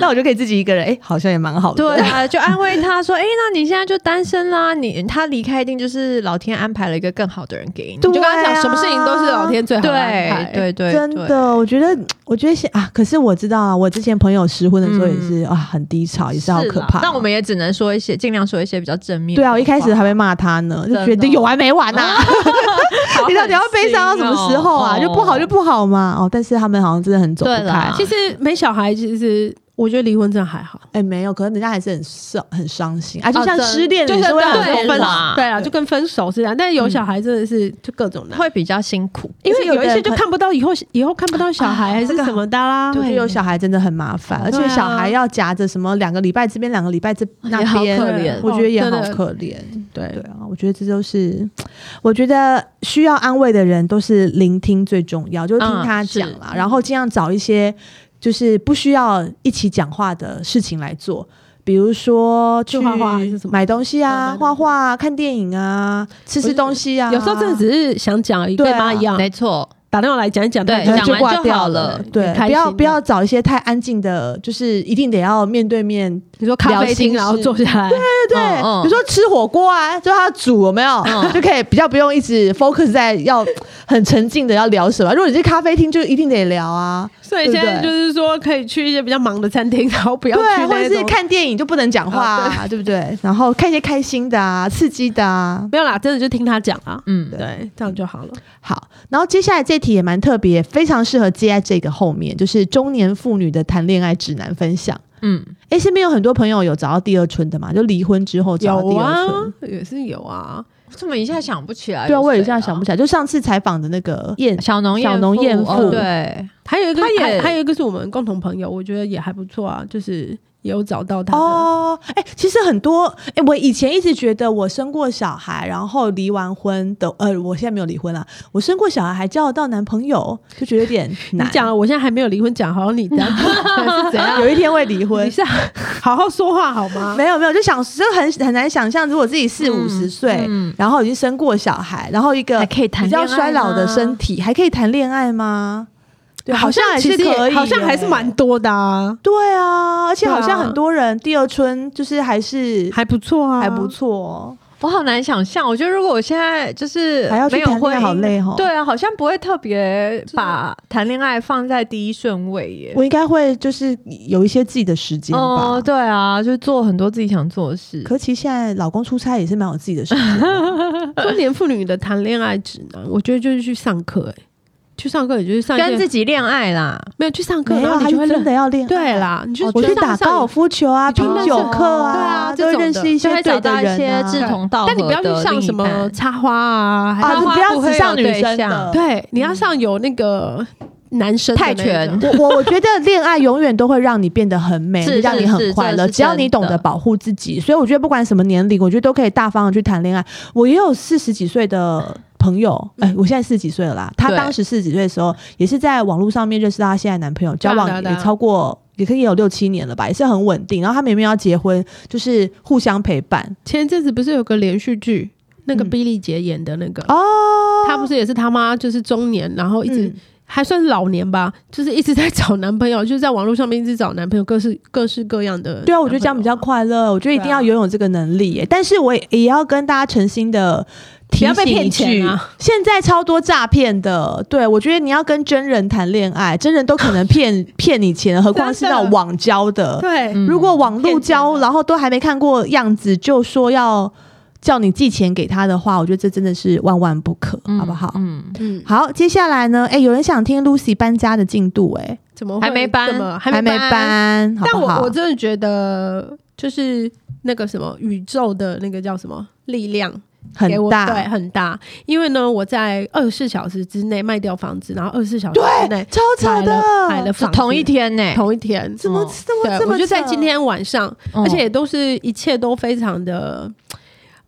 S1: 那我就可以自己一个人，哎、好像也蛮好的。
S2: 对啊，就安慰他说：“哎、那你现在就单身啦，你他离开一定就是老天安排了一个更好的人给你。
S1: 对
S3: 你就跟他
S1: 啊
S3: 讲，什么事情都是老天最”好的安排
S2: 对对对，
S1: 真
S2: 对
S1: 的，我觉得，我觉得现啊，可是我知道啊，我之前朋友失婚的时候也是、啊，很低潮，也是好可
S2: 嗯啦
S1: 怕。啊
S2: 但我们也只能说一些，尽量说一些比较正面的
S1: 对
S2: 话。
S1: 啊，我一开始还会骂他呢，就
S2: 真
S1: 觉得
S2: 的
S1: 有完没完呐、
S2: 好
S1: 你到底要
S2: 狠
S1: 悲伤到
S2: 心
S1: 什么
S2: 哦
S1: 时候啊？就不好就不好嘛。哦，但是他们好像真的很走不
S2: 对
S1: 开啊
S2: 啦。
S3: 其实没小孩，其实我觉得离婚真的还好，
S1: 哎、没有，可能人家还是很伤很伤心啊，就
S2: 哦
S1: 像
S2: 真
S1: 失恋，
S3: 就
S1: 你是
S3: 像
S1: 会很
S2: 对
S3: 跟
S1: 分
S3: 分
S1: 手
S2: 啦
S3: 对啊，
S1: 对
S3: 就跟分手是这样，但是有小孩真的是就各种难，
S2: 会比较辛苦。
S3: 因为
S1: 有
S3: 有一
S1: 的
S3: 些
S1: 人
S3: 就
S1: 可
S3: 看不到以后以后看不到小孩
S1: 啊
S3: 还是
S1: 这个
S3: 什么的啦，
S1: 我觉得
S2: 对
S1: 有小孩真的很麻烦，而且
S3: 对啊
S1: 小孩要夹着什么两个礼拜这边，两个礼拜这
S2: 也
S1: 那
S2: 好
S1: 边，
S2: 可怜
S1: 我觉得也
S3: 哦
S1: 好
S3: 真的
S1: 可怜。对
S3: 对，
S1: 啊，我觉得这就是，我觉得需要安慰的人都是聆听最重要，就是听
S2: 嗯
S1: 他
S2: 是
S1: 讲啦，然后尽量找一些就是不需要一起讲话的事情来做。比如说去
S3: 去画画还是什么
S1: 买东西啊，
S3: 嗯买东西
S1: 画画、啊、看电影啊，吃吃东西啊。
S3: 有时候真的只是想讲而已，
S1: 对
S3: 跟
S1: 啊
S3: 妈一样，
S2: 没错，
S3: 打电话来讲一哎讲，
S2: 对
S1: 然后
S2: 讲
S1: 就
S2: 完
S1: 挂
S2: 就
S1: 掉
S2: 好
S1: 了
S2: 了。
S1: 对
S3: 很，开
S1: 不要
S3: 心
S1: 不
S3: 的
S1: 要找一些太安静的，就是一定得要面对面
S3: 你说咖啡厅然后坐下来，
S1: 对对，
S2: 嗯嗯
S1: 比如说吃火锅啊，就他煮有没有，
S2: 嗯
S1: 就可以比较不用一直 focus 在要很沉浸的要聊什么。如果你是咖啡厅，就一定得聊啊，
S3: 所以现在就是说，可以去一些比较忙的餐厅，然后不要去
S1: 对，或者
S3: 那
S1: 是
S3: 种。
S1: 看电影就不能讲话、啊，对不对？然后看一些开心的啊、刺激的啊。
S3: 没有啦，真的就听他讲啊，
S2: 嗯，
S3: 对，这样就好了。
S1: 好，然后接下来这题也蛮特别，非常适合接在这个后面，就是中年妇女的谈恋爱指南分享。
S2: 嗯，
S1: 哎，身边有很多朋友有找到第二春的嘛，就离婚之后找到
S3: 有
S1: 第
S3: 啊哎
S1: 二春。，
S3: 也是有啊，
S2: 我怎么一下想不起来？
S1: 对啊，我也
S2: 一
S1: 一下想不
S2: 起
S1: 起来，就上次采访的那个燕
S2: 小农
S1: 小农
S2: 妇
S1: 艳
S2: 哦
S1: 妇
S2: 对，
S3: 还有一个
S2: 他，也
S3: 还还有一个是我们共同朋友，我觉得也还不错啊，就是也有找到他的。
S1: 哦，哎、其实很多，哎、我以前一直觉得我生过小孩，然后离完婚的，呃，我现在没有离婚啦，我生过小孩还交得到男朋友，就觉得有点
S3: 你
S1: 难。
S3: 讲了，我现在还没有离婚，讲好像你 这样是怎样？
S1: 有一天会离婚
S3: 你，是好好说话好吗？
S1: 没有没有，就想真的很很难想象，如果自己四五十岁，
S2: 嗯
S1: 然后已经生过小孩，然后一个
S2: 还可以谈
S1: 比较
S2: 恋
S1: 衰
S2: 爱
S1: 老的身
S2: 吗
S1: 体，还可以谈恋爱吗？对，好像还
S3: 其
S1: 是
S3: 实也
S1: 可以耶，
S3: 好像还是蛮多的啊，
S1: 对啊，而且
S3: 对啊
S1: 好像很多人第二春就是还是
S3: 还不错啊，
S1: 还不。错，哦
S2: 我好难想象，我觉得如果我现在就是
S1: 还要去
S2: 没有
S1: 谈
S2: 婚
S1: 恋爱
S2: 姻，
S1: 好累哦
S2: 对啊，好像不会特别把谈恋爱放在第一顺位耶。
S1: 我应该会就是有一些自己的时间吧。
S2: 哦，对啊，就做很多自己想做的事。
S1: 可其实现在老公出差也是蛮有自己的时间 的，
S3: 中年妇女的谈恋爱指南，我觉得就是去上课，哎，去上课也就是上一
S2: 跟
S3: 些
S2: 自己恋爱啦，
S3: 没有去上课，
S1: 没
S3: 然
S1: 有，啊
S3: 后
S1: 他
S3: 你就是会
S1: 真
S3: 认
S1: 的要恋爱。
S3: 对啦，你就
S1: 我去打高尔
S3: 夫，
S1: 夫球啊，
S3: 你就
S1: 品
S3: 认识
S2: 哦
S1: 酒课
S3: 对啊
S1: 就会
S3: 这种
S1: 认
S3: 的
S1: 识一
S2: 就
S1: 些
S2: 会
S1: 对
S2: 找
S1: 的
S2: 到一
S1: 人
S2: 些
S1: 啊。
S2: 志同道合的
S3: 但你
S2: 另一
S3: 不
S2: 半。
S3: 要去上什么插花啊，还
S1: 啊，
S3: 是
S1: 你
S2: 花
S1: 不要
S2: 不
S1: 只
S2: 会
S1: 上
S2: 有
S1: 女
S2: 对
S1: 生
S2: 象
S1: 的，
S3: 对，你要上有那个男生的
S2: 泰
S3: 那个
S2: 拳
S1: 我我我觉得恋爱永远都会让你变得很美，
S2: 是
S1: 让你
S2: 是
S1: 很
S2: 是
S1: 快
S2: 这
S1: 乐。
S2: 是
S1: 只要你
S2: 真
S1: 懂得
S2: 的
S1: 保护自己，所以我觉得不管什么年龄，我觉得都可以大方的去谈恋爱。我也有四十几岁的朋友，哎、我现在四十几岁了啦。她
S2: 嗯对
S1: 当时四十几岁的时候，也是在网络上面认识到她现在的男朋友，交
S3: 对啊
S1: 往
S3: 对啊对
S1: 也
S3: 啊
S1: 超过。也可以有六七年了吧，也是很稳定。然后他们也没有要结婚，就是互相陪伴
S3: 前一阵子不是有个连续剧，那个
S1: 嗯
S3: 比利杰演的那个，
S1: 哦。
S3: 她不是也是他妈就是中年，然后一直、
S1: 嗯
S3: 还算是老年吧，就是一直在找男朋友，就是在网络上面一直找男朋友，各式各式各样的。
S1: 对啊，我觉得这样比较。快乐。我觉得一
S3: 啊
S1: 定要拥有这个能力耶。但是我也也要跟大家诚心的
S3: 不
S1: 提
S3: 要被
S1: 醒一句
S3: 骗钱，啊！
S1: 现在超多诈骗的，对我觉得你要跟真人谈恋爱，真人都可能 骗骗你钱，何况是那种网交的。
S3: 对，
S2: 嗯
S1: 如果网路
S3: 骗钱
S1: 交，
S3: 的
S1: 然后都还没看过样子，就说要叫你寄钱给他的话，我觉得这真的是万万不可，
S2: 嗯
S1: 好不好？
S2: 嗯，
S3: 嗯，
S1: 好，接下来呢？哎、有人想听 Lucy 搬家的进度、哎，
S3: 怎么会
S2: 还没搬
S3: 这么还
S1: 还
S3: 没
S1: 没搬，好
S3: 但
S1: 不
S3: 我
S1: 好？
S3: 我真的觉得，就是那个什么宇宙的那个叫什么力量，给
S1: 很
S3: 我
S1: 大，
S3: 对，很大。因为呢，我在二十四小时之内卖掉房子，然后二十四小时之内
S1: 超吵
S3: 哦买
S1: 的
S3: 了，买了
S2: 是
S3: 房子，
S2: 同一天呢，
S3: 同一天。
S1: 怎么
S2: 嗯
S1: 怎么
S3: 对，
S1: 这么
S3: 我就在
S1: 扯
S3: 今天晚上，
S2: 嗯
S3: 而且也都是一切都非常的，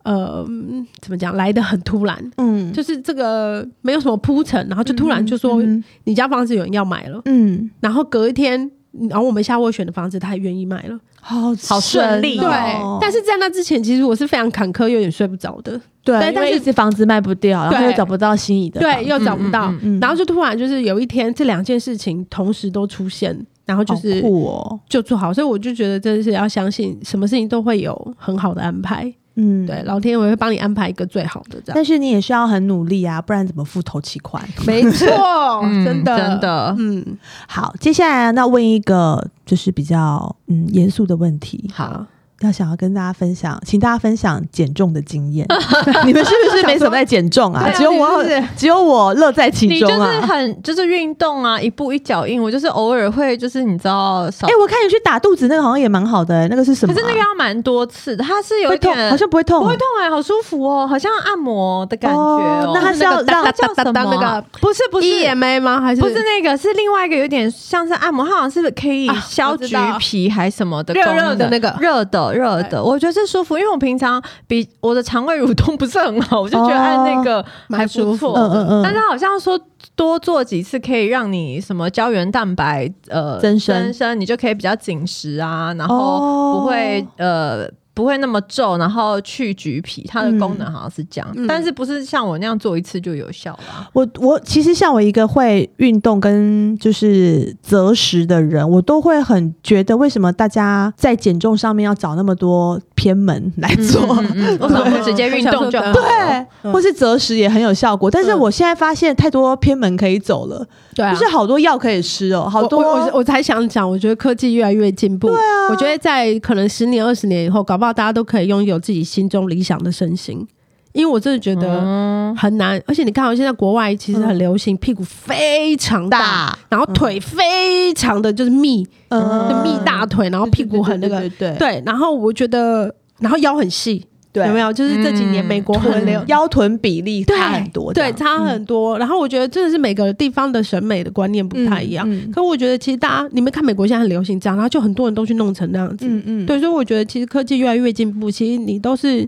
S3: 呃，嗯怎么讲，来的很突然，
S1: 嗯，
S3: 就是这个没有什么铺陈，然后就突然就说
S1: 嗯
S3: 你家房子有人要买了，
S1: 嗯，
S3: 然后隔一天，然后我们下斡旋的房子他也愿意买了，
S1: 好
S2: 好顺
S1: 神
S2: 利
S1: 哦
S3: 对。但是在那之前，其实我是非常坎坷，有点睡不着的，
S1: 对，
S3: 对
S1: 因
S3: 但
S1: 为
S3: 是
S1: 一直房子卖不掉，然后
S3: 对
S1: 又找不到心仪的房
S3: 对，
S1: 子，
S3: 又找不到
S2: 嗯嗯，
S1: 嗯
S3: 然后就突然就是有一天，这两件事情同时都出现，然后就
S1: 好
S3: 是
S1: 酷哦，
S3: 就做好，所以我就觉得真的是要相信，什么事情都会有很好的安排。
S1: 嗯，
S3: 对，。老天爷会帮你安排一个最好的，这样
S1: 但是你也是要很努力啊，不然怎么付头期款？
S3: 没错，
S2: 嗯
S3: 哦真的
S2: 真，的
S3: 嗯，
S1: 好，接下来啊那问一个就是比较嗯严肃的问题，
S2: 好。
S1: 要想要跟大家分享，请大家分享减重的经 验。 你们是不是没什么在减重啊？
S3: 对啊
S1: 只有我
S3: 你是不
S1: 只有我乐在
S2: 你
S1: 其
S2: 就
S1: 中
S2: 是
S1: 啊！
S2: 很就是运动啊，一步一脚印。我就是偶尔会就是你知道少，
S1: 哎、我看你去打肚子那个好像也蛮好的、那个是什
S2: 可
S1: 么啊、
S2: 是那个要蛮多次的，它是有
S1: 会
S2: 一
S1: 痛，
S2: 点
S1: 好像不会痛啊、
S2: 不会痛哎、好舒服哦，好像按摩的感觉哦
S1: 哦。那它是要让
S2: 它叫什么
S3: 那个
S2: 啊？不是不是
S3: EMA 吗？E 还是
S2: 不是那个，是另外一个有点像是按摩，它好像是可以
S3: 啊
S2: 消
S3: 我知
S2: 橘
S3: 道
S2: 皮还什么的功
S3: 热
S2: 能，
S3: 热的那个
S2: 热的热的，我觉得是舒服，因为我平常比我的肠胃蠕动不是很好，我就觉得按那个还
S3: 蛮
S2: 不
S3: 舒服
S2: 错。
S1: 嗯嗯嗯
S2: 但他好像说多做几次可以让你什么胶原蛋白呃
S1: 增生
S2: 增生，你就可以比较紧实啊，然后
S1: 哦
S2: 不会、呃不会那么皱，然后去橘皮，它的功能好像是这样，
S3: 嗯
S2: 但是不是像我那样做一次就有效啦？
S1: 哦我我其实像我一个会运动跟就是择食的人，我都会很觉得为什么大家在减重上面要找那么多偏门来 做。
S2: 嗯嗯，我想说直接运动就好了
S3: 对
S1: 对，
S3: 嗯
S1: 或是择食也很有效果，但是
S3: 嗯
S1: 我现在发现太多偏门可以走了，
S3: 对啊
S1: 就。是好多药可以吃哦，好
S3: 我
S1: 多
S3: 我我我才想讲，我觉得科技越来越进步。对啊，我觉得在可能十年、二十年以后，搞不好大家都可以拥有自己心中理想的身形。因为我真的觉得
S2: 嗯，
S3: 很难，而且你看，我哦现在国外其实很流行屁股非常大，
S1: 嗯 大
S3: 然后腿非常的就是密，
S1: 嗯
S3: 就密大腿，然后屁股很那个
S1: 对对对对对对
S3: 对，然后我觉得，然后腰很细，
S1: 对，
S3: 有没有？就是这几年
S2: 嗯
S3: 美国很流。
S1: 腰臀比例
S3: 对
S1: 差很多这
S3: 对，
S1: 样，嗯
S3: 差很多。然后我觉得真的是每个地方的审美的观念不太一样。
S1: 嗯
S3: 可我觉得其实大家，你们看美国现在很流行这样，然后就很多人都去弄成那样子。
S1: 嗯嗯，
S3: 对，所以我觉得其实科技越来越进步，其实你都是，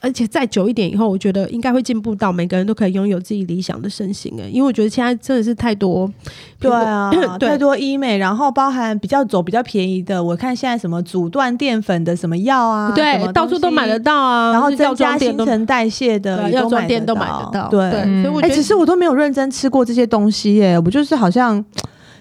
S3: 而且再久一点以后，我觉得应该会进步到每个人都可以拥有自己理想的身形、欸。因为我觉得现在真的是太多，，
S1: 对啊太
S3: 对
S1: 多医美，然后包含比较走比较便宜的，我看现在什么阻断淀粉的什么药啊，什么
S3: 对，
S1: 东
S3: 到处都
S1: 西
S3: 买得。到啊，
S1: 然后
S3: 就是药
S1: 增加
S3: 妆店
S1: 新
S3: 都
S1: 陈代谢的
S3: 对，
S1: 也
S3: 药
S1: 都
S3: 妆
S1: 买
S3: 店
S1: 得
S3: 都买得到，
S1: 到。对，
S2: 嗯
S3: 所以我觉
S1: 哎，
S3: 得
S1: 其实我都没有认真吃过这些东西耶，我就是好像。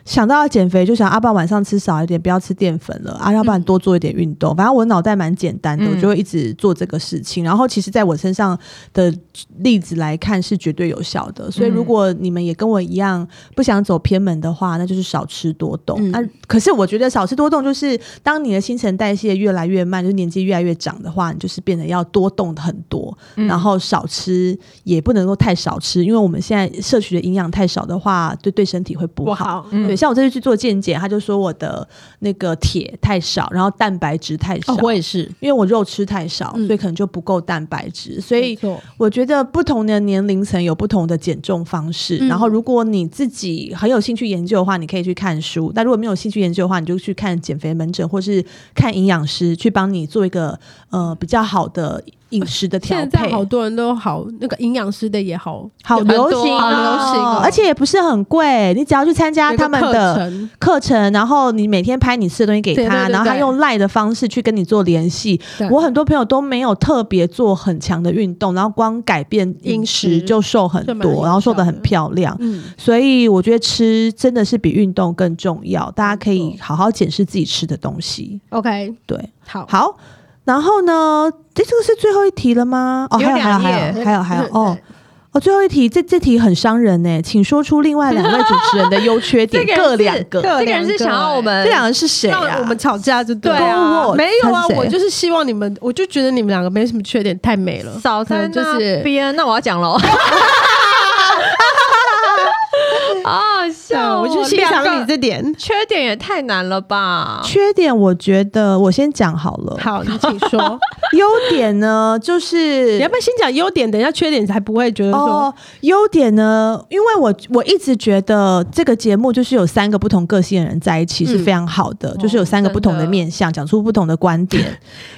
S1: 想到要减肥，就想阿啊爸晚上吃少一点，不要吃淀粉了啊，要
S3: 嗯
S1: 不然多做一点运动。反正我脑袋蛮简单的，
S2: 嗯
S1: 我就会一直做这个事情。然后其实在我身上的例子来看是绝对有效的，所以
S3: 嗯
S1: 如果你们也跟我一样不想走偏门的话，那就是少吃多动。
S3: 嗯
S1: 啊，可是我觉得少吃多动就是当你的新陈代谢越来越慢，就是年纪越来越长的话，你就是变得要多动很多。
S3: 嗯
S1: 然后少吃也不能够太少吃，因为我们现在摄取的营养太少的话，对对身体会不
S3: 不
S1: 好。
S3: 好。
S2: 嗯
S1: 对，像我这次去做健检，他就说我的那个铁太少，然后蛋白质太少，
S3: 哦，我也是，
S1: 因为我肉吃太少，
S3: 嗯
S1: 所以可能就不够蛋白质。所
S3: 没
S1: 以
S3: 错
S1: 我觉得不同的年龄层有不同的减重方式。
S3: 嗯
S1: 然后，如果你自己很有兴趣研究的话，你可以去看书；那如果没有兴趣研究的话，你就去看减肥门诊或是看营养师，去帮你做一个呃比较好的饮食的调
S3: 现在
S1: 配。
S3: 好多人都好，那个营营养师的也好，
S1: 好流
S2: 很
S1: 行
S2: 多
S1: 哦、
S2: 啊
S3: 好流行哦
S1: 而且也不是很贵，你只要去参加他们的
S3: 有一个课程
S1: 课程，然后你每天拍你吃的东西给他，
S3: 对对对
S1: 然后他
S3: 对
S1: 用赖的方式去跟你做联系
S3: 对。
S1: 我很多朋友都没有特别做很强的运动，然后光改变饮
S3: 饮
S1: 食
S3: 食
S1: 就瘦很
S3: 就蛮有效
S1: 多，
S3: 的
S1: 然后瘦得很漂亮。
S3: 嗯，
S1: 所以我觉得吃真的是比运动更重要，大家可
S3: 没
S1: 以
S3: 错
S1: 好好检视自己吃的东西。
S3: OK，
S1: 对，
S3: 好，
S1: 好，然后呢？诶，这个是最后一题了吗？哦，
S2: 有
S1: 还有还有
S2: 两页
S1: 还有还有还有哦
S3: 对，
S1: 哦，最后一题，这这题很伤人呢，请说出另外两位主持人的优缺点，
S2: 这个人
S1: 各
S2: 是
S1: 两个。
S2: 呃
S3: 各
S2: 这个人是想要我们
S1: 这两个人是谁啊？
S3: 让我们吵架就对了
S2: 对啊
S3: 没有啊，
S1: 他是谁
S3: 我就是希望你们，我就觉得你们两个没什么缺点，太美了。
S2: 少在
S3: 可能就是
S2: 那边，那我要 讲喽。啊，
S3: 对
S2: 笑哦！
S3: 我就欣赏你
S2: 这
S3: 这点。
S2: 缺点也太难了吧？
S1: 缺点，我觉得我先讲好了。
S3: 好，你请说。
S1: 优点呢，就
S3: 你
S1: 是
S3: 要不要先讲优点，等一下缺点才不会觉得说
S1: 哦，优点呢，因为我我一直觉得这个节目就是有三个不同个性的人在一起是
S3: 嗯
S1: 非常好的，就是有三个不同的
S2: 真的
S1: 面向，讲出不同的观点。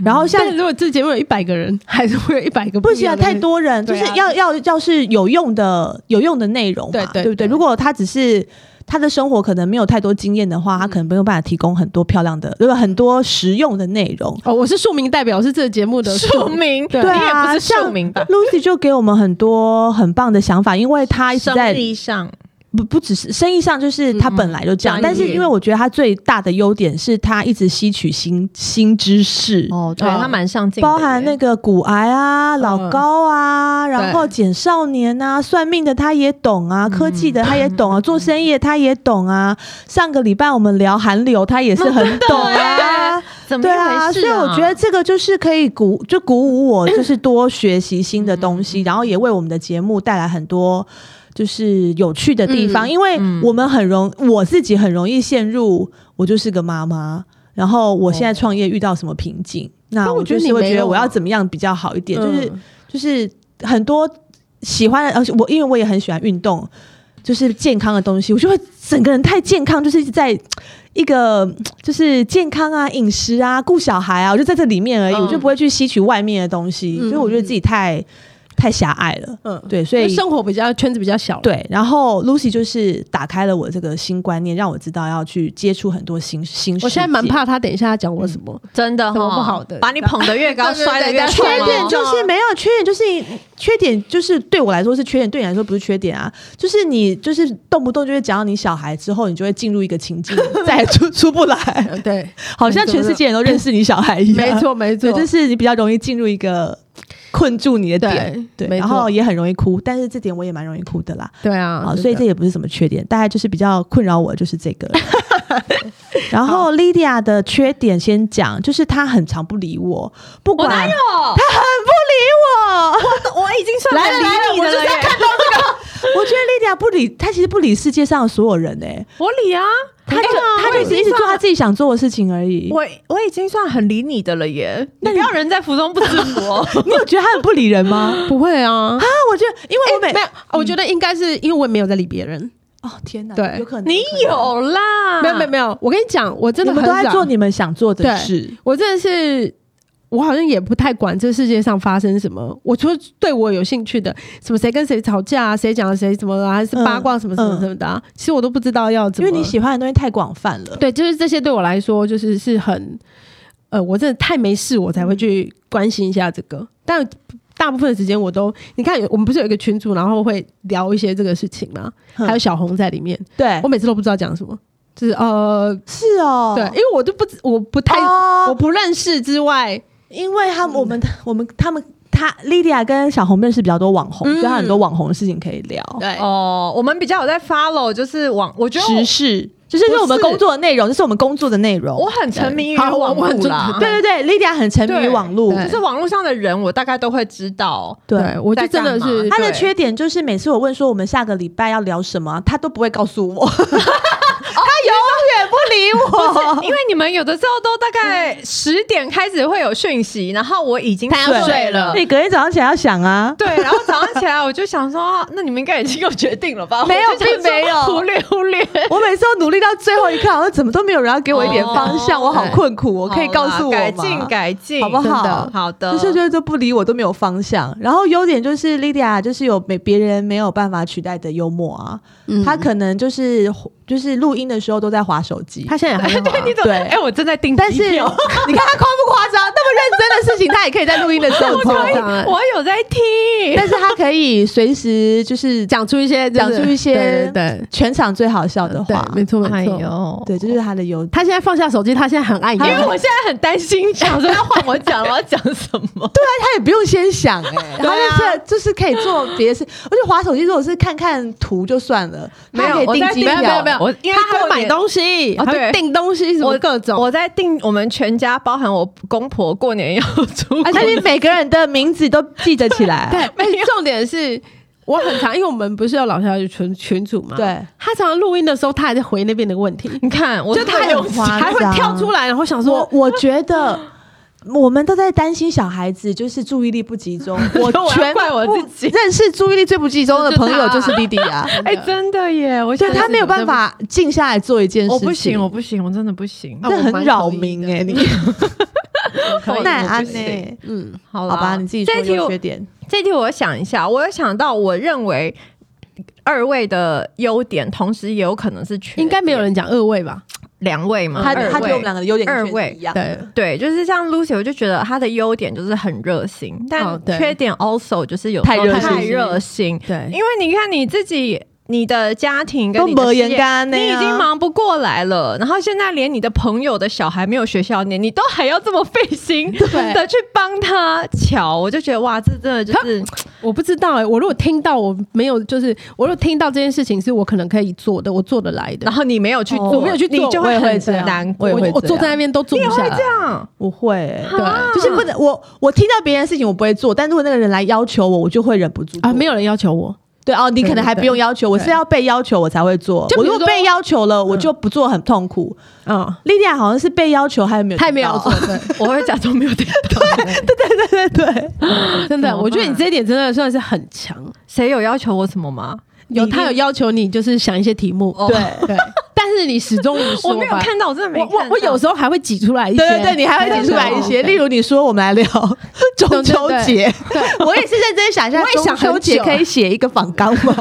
S1: 然后像
S3: 但如果这节目有一百个人， 还是会有一百个
S1: 不
S3: 一
S1: 行啊，
S3: 样的
S1: 太。多人，就
S3: 对
S1: 是
S3: 啊
S1: 要、要要是有用的有用的内容嘛，
S3: 对对
S1: 不对？
S3: 对
S1: 如果他只是他的生活可能没有太多经验的话，
S2: 嗯
S1: 他可能没有办法提供很多漂亮的，对吧？很多实用的内容。
S3: 哦，我是庶民代表，我是这个节 目的
S2: 庶民，
S3: 对
S2: 你
S1: 对
S2: 也
S1: 啊
S2: 不是庶
S1: 像
S2: 民吧？
S1: Lucy 就给我们很多很棒的想法，因为他一直在
S2: 生意嗯上，
S1: 不不只是生意上，就是他本来就这样。
S2: 专业
S1: 但是因为我觉得他最大的优点是他一直吸取新新知识，
S2: 哦，对
S3: 哦
S2: 他蛮上进的耶，
S1: 包含那个骨癌啊、老高啊，然后减少年啊、算命的他也懂啊，科技的他也懂啊，做生意的他也懂啊。上个礼拜我们聊韩流，他也是很懂啊，
S2: 怎么
S1: 对
S2: 一
S1: 啊。
S2: 回
S1: 所
S2: 事
S1: 以我觉得这个就是可以鼓，就鼓舞我，就是多学习新的东
S3: 嗯
S1: 西，然后也为我们的节目带来很多。就是有趣的地方，
S3: 嗯
S1: 因为我们很容，我自己很容易陷入我就是个妈妈，然后我现在创业遇到什么瓶颈，那
S3: 哦但我
S1: 我
S3: 觉
S1: 就
S3: 得
S1: 是
S3: 你
S1: 会
S3: 没
S1: 觉得
S3: 有
S1: 我要
S3: 啊
S1: 怎么样比较好一点，就是
S3: 嗯
S1: 就是很多喜欢的，而且我因为我也很喜欢运动，就是健康的东西，我就会整个人太健康，就是一直在一个就是健康啊、饮食啊、顾小孩啊，我就在这里面而已，
S2: 嗯
S1: 我就不会去吸取外面的东西，
S3: 嗯
S1: 所以我觉得自己太太狭隘了。
S3: 嗯，
S1: 对，所
S3: 就
S1: 以
S3: 生活比较圈子比较小。，
S1: 对，然后 Lucy 就是打开了我这个新观念，让我知道要去接触很多新新世界。
S3: 我现在蛮怕他等一下讲我什么。
S2: 真的
S3: 怎么
S2: 齁
S3: 不好的
S2: 把你捧得越高，
S3: 对对对
S2: 摔得越
S3: 对
S2: 重
S1: 缺
S2: 哦。
S1: 点就是没有缺点，就是缺点就是对我来说是缺点，对你来说不是缺点啊。就是你就是动不动就会讲到你小孩之后，你就会进入一个情境，再也出出不来，
S3: 嗯 对，
S1: 好像全世界人都认识你小孩一样。
S3: 没，错没错
S1: 对，，就是你比较容易进入一个困住你的点，
S3: 对
S1: 对，
S3: 没
S1: 然
S3: 错
S1: 后也很容易哭，但是这点我也蛮容易哭的啦。
S3: 对啊。
S1: 好，
S3: 真
S1: 所以
S3: 的
S1: 这也不是什么缺点，大概就是比较困扰我的就是这个。 然后 Lydia 的缺点先讲，就是她很常不理我，不
S2: 我
S1: 管
S2: 哪有？
S1: 他很不理我。
S2: 我已经算
S3: 来
S2: 很理
S3: 了来了，
S2: 你
S3: 我
S2: 的
S3: 就是
S2: 了
S3: 要
S2: 耶。
S3: 看到
S1: 我觉得莉迪亚不理他，其实不理世界上的所有人哎、
S2: 我理啊，
S1: 他就他就
S2: 已
S1: 只
S2: 经
S1: 一直做
S2: 算
S1: 他自己想做的事情而已。
S2: 我我已经算很理你的了耶，
S1: 那
S2: 你
S1: 你
S2: 不要人在福中不知福哦。
S1: 你有觉得他很不理人吗？
S3: 不会 啊，
S1: 啊，我觉得，因为我每、嗯
S3: 没有，我觉得应该是因为我也没有在理别人，
S1: 哦天哪，
S3: 对
S1: 有可能
S2: 你有啦，
S3: 没有没有没有，我跟你讲，我真
S1: 啊你
S3: 的
S1: 们都
S3: 很
S1: 在
S3: 少
S1: 做你们想做的
S3: 对
S1: 事，
S3: 我真的是，我好像也不太管这世界上发生什么。我除了对我有兴趣的，什么谁跟谁吵架啊，谁讲了谁怎么了啊，还是
S1: 嗯
S3: 八卦什么什么
S1: 嗯
S3: 什么的、啊其实我都不知道要怎
S1: 因
S3: 么。
S1: 为你喜欢的东西太广泛了。
S3: 对，就是这些对我来说，就是是很，呃，我真的太没事，我才会去关心一下这个。但大部分的时间我都，你看，我们不是有一个群组，然后会聊一些这个事情吗？
S1: 嗯
S3: 还有小红在里面，
S1: 对
S3: 我，每次都不知道讲什么，就是呃，
S1: 是哦，
S3: 对，因为我都不知，我不太，我
S1: 哦，
S3: 不认识之外，
S1: 因为他们我们我们他们他莉莉亚跟小红认识比较多网红，
S3: 嗯
S1: 所以她很多网红的事情可以聊。
S3: 对
S2: 哦，我们比较有在 follow，就是网，我觉得
S1: 时事，就是
S2: 不
S1: 我们
S2: 是
S1: 工作的内容，这是我们工作的内容。
S2: 我我很沉迷于
S3: 好我
S2: 网
S3: 我很
S2: 络啦，
S3: 注
S1: 对对对，莉莉亚很沉迷于
S2: 对
S1: E 网络，
S3: 对
S2: 就是网络上的人，我大概都会知道。
S1: 对。
S3: 我就
S2: 在
S3: 真
S2: 干
S3: 的
S2: 嘛
S3: 是
S1: 她的
S2: 对
S1: 缺点就是每次我问说我们下个礼拜要聊什么，她都不会告诉 我，她永远不理我。
S2: 因为你们有的时候都
S1: 嗯
S2: 大概十点开始会有讯息，然后我已经
S3: 他要睡了
S1: 你隔天早上起来要想啊，
S2: 对，然后早上起来我就想说，那你们应该已经有决定了吧？
S1: 没有
S2: 我就想说
S1: 并没有
S2: 忽略忽略。
S1: 我每次都努力到最后一刻，好像怎么都没有人要给我一点方向，
S2: 哦
S1: 我好困苦。 我
S2: 我
S1: 可以告诉我
S2: 改
S1: 吗
S2: 进改进，
S1: 好不
S3: 真
S1: 好
S3: 的？
S2: 好的，
S1: 就是就是都不理我，都没有方向。然后优点就是 Lydia 就是有没别人没有办法取代的幽默啊，
S3: 嗯
S1: 她可能就是就是录音的时候都在划手机，
S3: 他现在还 在
S2: 对，你怎么？
S1: 对
S2: 哎、我正在订
S1: 但是
S2: 机
S1: 你
S2: 票
S1: 看她夸不夸张？那 么认真的事情，她也可以在录音的时候做
S3: 夸张啊
S2: 我有在听，
S1: 但是她可以随时就是
S3: 讲出一些就是
S1: 讲出一些
S3: 对对
S1: 全场最好笑的
S3: 对
S1: 话
S3: 嗯对，，没错没错。
S2: 哎呦
S1: 对，这就是她的优点。
S3: 他现在放下手机，他现在很爱你
S2: 因，为我现在很担心，想说要换我讲，我要讲什么？
S1: 对啊，他也不用先想哎、欸，
S2: 对啊
S1: 他就是就是可以做别的事。而且划手机如果是看看图就算了，
S2: 没有
S1: 他可
S2: 我
S1: 以定
S2: 在
S1: 机
S2: 订
S1: 票，
S2: 没有没有
S3: 我
S2: 因为
S3: 他还
S2: 过
S3: 会买
S2: 年
S3: 东西，
S2: 哦
S3: 还
S2: 对
S3: 会订东西什么各种。
S2: 我在订我们全家，包含我公婆，过年要 出国
S1: 而。且你每个人的名字都记得起 来，
S3: 对，而且重点是我很常，因为我们不是有老小姐群群主嘛，
S1: 对，
S3: 他常常录音的时候，他还在回那边的问题，
S2: 你看，我
S3: 就他
S2: 很
S3: 有
S1: 夸张
S3: 还会跳出来，然后想
S1: 我
S3: 说，
S1: 我觉得。我们都在担心小孩子就是注意力不集中，我
S2: 要
S1: 全
S2: 怪我自己
S1: 部认识注意力最不集中的朋友就是弟弟啊，
S2: 哎、真的耶！我
S1: 对
S2: 现在
S1: 他没有办法静下来做一件事情，
S2: 我不行，我不行，我真的不行。
S1: 这很扰民哎、你
S2: 哦我
S1: 很难安呢、
S2: 欸。
S3: 嗯，
S2: 好啦
S1: 好吧，你自己说
S2: 这一题
S1: 优
S2: 我
S1: 缺点，
S2: 这一题我想一下，我有想到，我认为二位的优点，同时也有可能是缺点。
S3: 应该没有人讲二位吧？
S2: 两位嘛，
S1: 他
S2: 嗯二
S1: 他
S2: 位
S1: 对我们两个的优点跟
S2: 二
S1: 缺
S2: 位
S1: 点一样，
S3: 对，
S2: 对，就是像 Lucy，我就觉得她的优点就是很热心，但
S3: 哦对
S2: 缺点 also 就是有时候
S1: 太热心
S2: 太热心，因
S3: 对，
S2: 为你看你自己，你的家庭跟
S1: 都
S2: 你的
S1: 没
S2: 事业
S1: 人干呢、
S2: 你已经忙不过来了，然后现在连你的朋友的小孩没有学校念，你都还要这么费 心
S3: 对
S2: 的去帮他瞧，我就觉得哇，这真的就是
S3: 我不知道哎，我如果听到我没有，就是我如果听到这件事情是我可能可以做的，我做得来 的
S2: 然，后你没有去做，
S1: 哦我没
S3: 有去做
S2: 你就
S1: 我也会
S2: 很
S1: 这样
S2: 难过。
S1: 我也会
S2: 就
S3: 我坐在那边都坐不下来，
S2: 这样，啊
S1: 我会、欸，
S3: 对
S1: 就是 不能我我听到别人的事情我不会做，但如果那个人来要求我，我就会忍不住
S3: 啊，没
S1: 有
S3: 有人要求我，
S1: 对哦，你可能还不用要求，我
S3: 对
S1: 是要被要求我才会做
S3: 就。比
S1: 我
S3: 如
S1: 如
S3: 说
S1: 果被要求了，我就不做很痛苦。
S3: 嗯，
S1: 莉莉亚好像是被要求，还有没有
S3: 太没有
S1: 做到？
S3: 做，对。
S2: 我会假装没有听 到。
S1: 对对 对，
S3: 真
S2: 怎
S3: 的，
S2: 么
S3: 我觉得你
S2: 办
S3: 这一点真的算是很强。
S2: 谁有要求我什么吗？
S3: 有
S1: 你
S3: 他有要求你，就是想一些题目，
S2: 哦
S1: 对
S3: 对，但是你始终无说。
S2: 我没有看到，我真的没
S3: 我
S2: 看到。
S3: 我我有时候还会挤出来一些，
S1: 对对对，你还会提出来一些，例
S3: 对
S1: 如你说我们来聊中秋节，
S3: 对，
S1: 我也是认真想一下
S3: 我，也
S1: 中
S3: 想很久
S1: 秋节可以写一个访纲吗？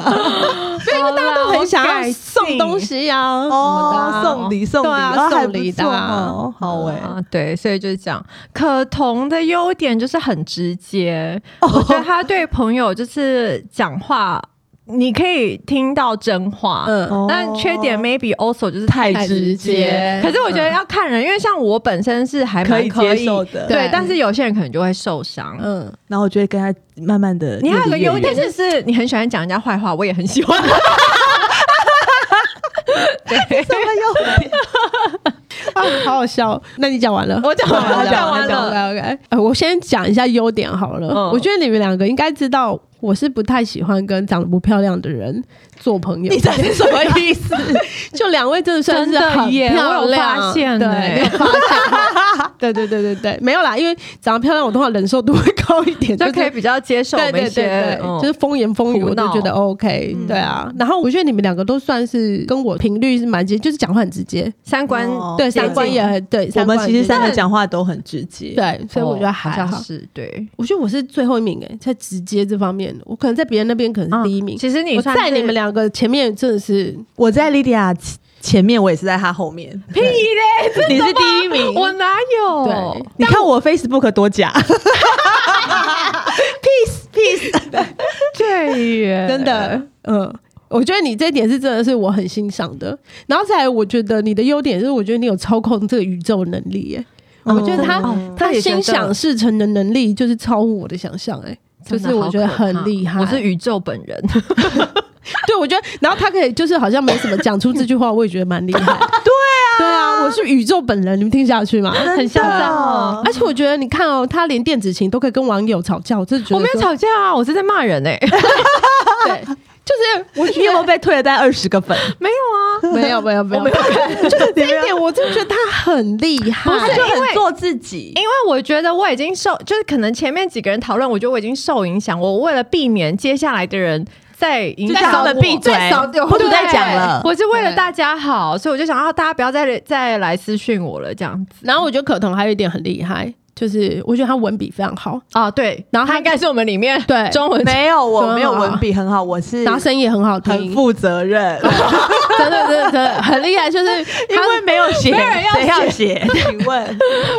S2: 因为大家
S3: 都很想要送东西啊，
S1: 哦，
S3: 什么的啊
S1: 送礼送礼
S3: 对啊
S1: 哦还
S3: 送礼
S1: 不错
S3: 的啊
S1: 哦好哎，
S2: 啊，对，所以就是这样。可彤的优点就是很直接，
S3: 哦
S2: 我觉得他对朋友就是讲话，你可以听到真话。
S3: 嗯，
S2: 但缺点
S1: 哦
S2: maybe also 就是太，
S1: 太
S3: 太
S1: 直
S3: 直
S1: 接，
S3: 接。
S2: 可是我觉得要看人，因为像我本身是还
S1: 可
S2: 蛮
S1: 以
S2: 可以
S1: 接受的
S2: 对
S3: 对，
S2: 但是有些人可能就会受伤。
S3: 嗯，
S1: 然后我就会跟他慢慢的，
S2: 你还有个优点就是你很喜欢讲人家坏话，我也很喜 欢。对，
S1: 什么优点？
S3: 啊，好好笑。那你讲完了，
S2: 我讲完了
S3: 好
S2: 我讲完了
S3: ，OK OK。呃我先讲一下优点好了。
S2: 嗯
S3: 我觉得你们两个应该知道我是不太喜欢跟长得不漂亮的人做朋友。
S1: 你这是什么意思？
S3: 就两位真的算
S2: 真
S3: 是
S2: 的
S3: 很
S2: 耶，
S3: 漂
S2: 我有
S3: 亮，
S2: 发现
S3: 对，
S2: 欸
S3: 没有发现对对对对对，没有啦，因为长得漂亮，我通常忍受度会高一点，
S2: 就是可以比较接受
S3: 对
S2: 我们一
S3: 对对
S2: 些
S3: 对，，
S2: 嗯
S3: 就是风言风语，
S2: 胡
S3: 我都
S2: 闹嗯
S3: 觉得 OK，、对啊。然后我觉得你们两个都算是跟我频率是蛮接，就是讲话很直接，
S2: 三观
S1: 哦
S3: 对，
S1: 接
S3: 三观
S1: 近
S3: 也很对。
S1: 我
S3: 三
S1: 们
S3: 观
S1: 其实
S3: 也
S1: 三
S3: 很
S1: 个讲话都很直接，
S3: 对，所以我觉得
S2: 哦
S3: 还
S2: 好
S3: 好。
S2: 像是对。
S3: 我觉得我是最后一名诶、在直接这方面，我可能在别人那边可能
S2: 嗯
S3: 是第一名。
S2: 其实你
S3: 我
S2: 算
S3: 在
S2: 是
S3: 你们两个前面真的是
S1: 我在莉迪亚前面，我也是在她后面。
S2: 屁嘞，
S1: 你是第一名，
S2: 我哪有？
S3: 对
S1: 你看我 Facebook 多假，peace peace。
S2: 对耶，
S3: 真
S1: 啊
S3: 的，嗯，我觉得你这点是真的是我很欣赏的。然后再来，我觉得你的优点是，我觉得你有操控这个宇宙能力耶。
S1: 嗯
S3: 我觉得他、
S2: 哦
S3: 他
S2: 这也真
S3: 心
S2: 的
S3: 想事成的能力，就是超乎我的想象，哎， 就
S2: 真的
S3: 是我
S2: 好
S3: 觉得
S2: 可
S3: 很
S2: 怕
S3: 厉害。
S2: 我是宇宙本 人，
S3: 对，我觉得，然后他可以就是好像没什么讲出这句话，我也觉得蛮 厉害。对啊，对啊，我是宇宙本人，你们听下去吗？
S2: 很嚣张哦。
S3: 而且我觉得，你看哦，他连电子琴都可以跟网友吵架，我真的觉得
S2: 我没有
S3: 说，
S2: 吵架啊，我是在骂人 哎，
S3: 对，就是我觉
S1: 你有没有被退了大概二十个粉？
S2: 没有
S3: 得
S2: 啊。
S3: 没有没有没有，就是这一点，我真的觉得他很厉害。
S2: 不是
S1: 他就
S2: 因为
S1: 很做自己。
S2: 因为我觉得我已经受，就是可能前面几个人讨论，我觉得我已经受影响。我为了避免接下来的人再影
S1: 就叫
S2: 响
S1: 他们
S2: 我
S1: 闭嘴
S2: 再少
S1: 不准再讲了
S2: 我是为了
S3: 对
S2: 大家好，所以我就想要大家不要再再来私讯我了，这样子
S3: 然后我觉得可彤还有一点很厉害，就是我觉得他文笔非常好，
S2: 啊。对，
S3: 然后他
S2: 他应该是 我们里面
S3: 对
S2: 中文
S1: 没有，
S3: 真的
S1: 我
S3: 吗
S1: 没有文笔很好，我是
S3: 然后声音也很好
S1: 很
S3: 听，
S1: 负责任，
S3: 真的真的真的很厉害。就是
S1: 因为没有写，
S2: 没有人要
S1: 谁要写？请问，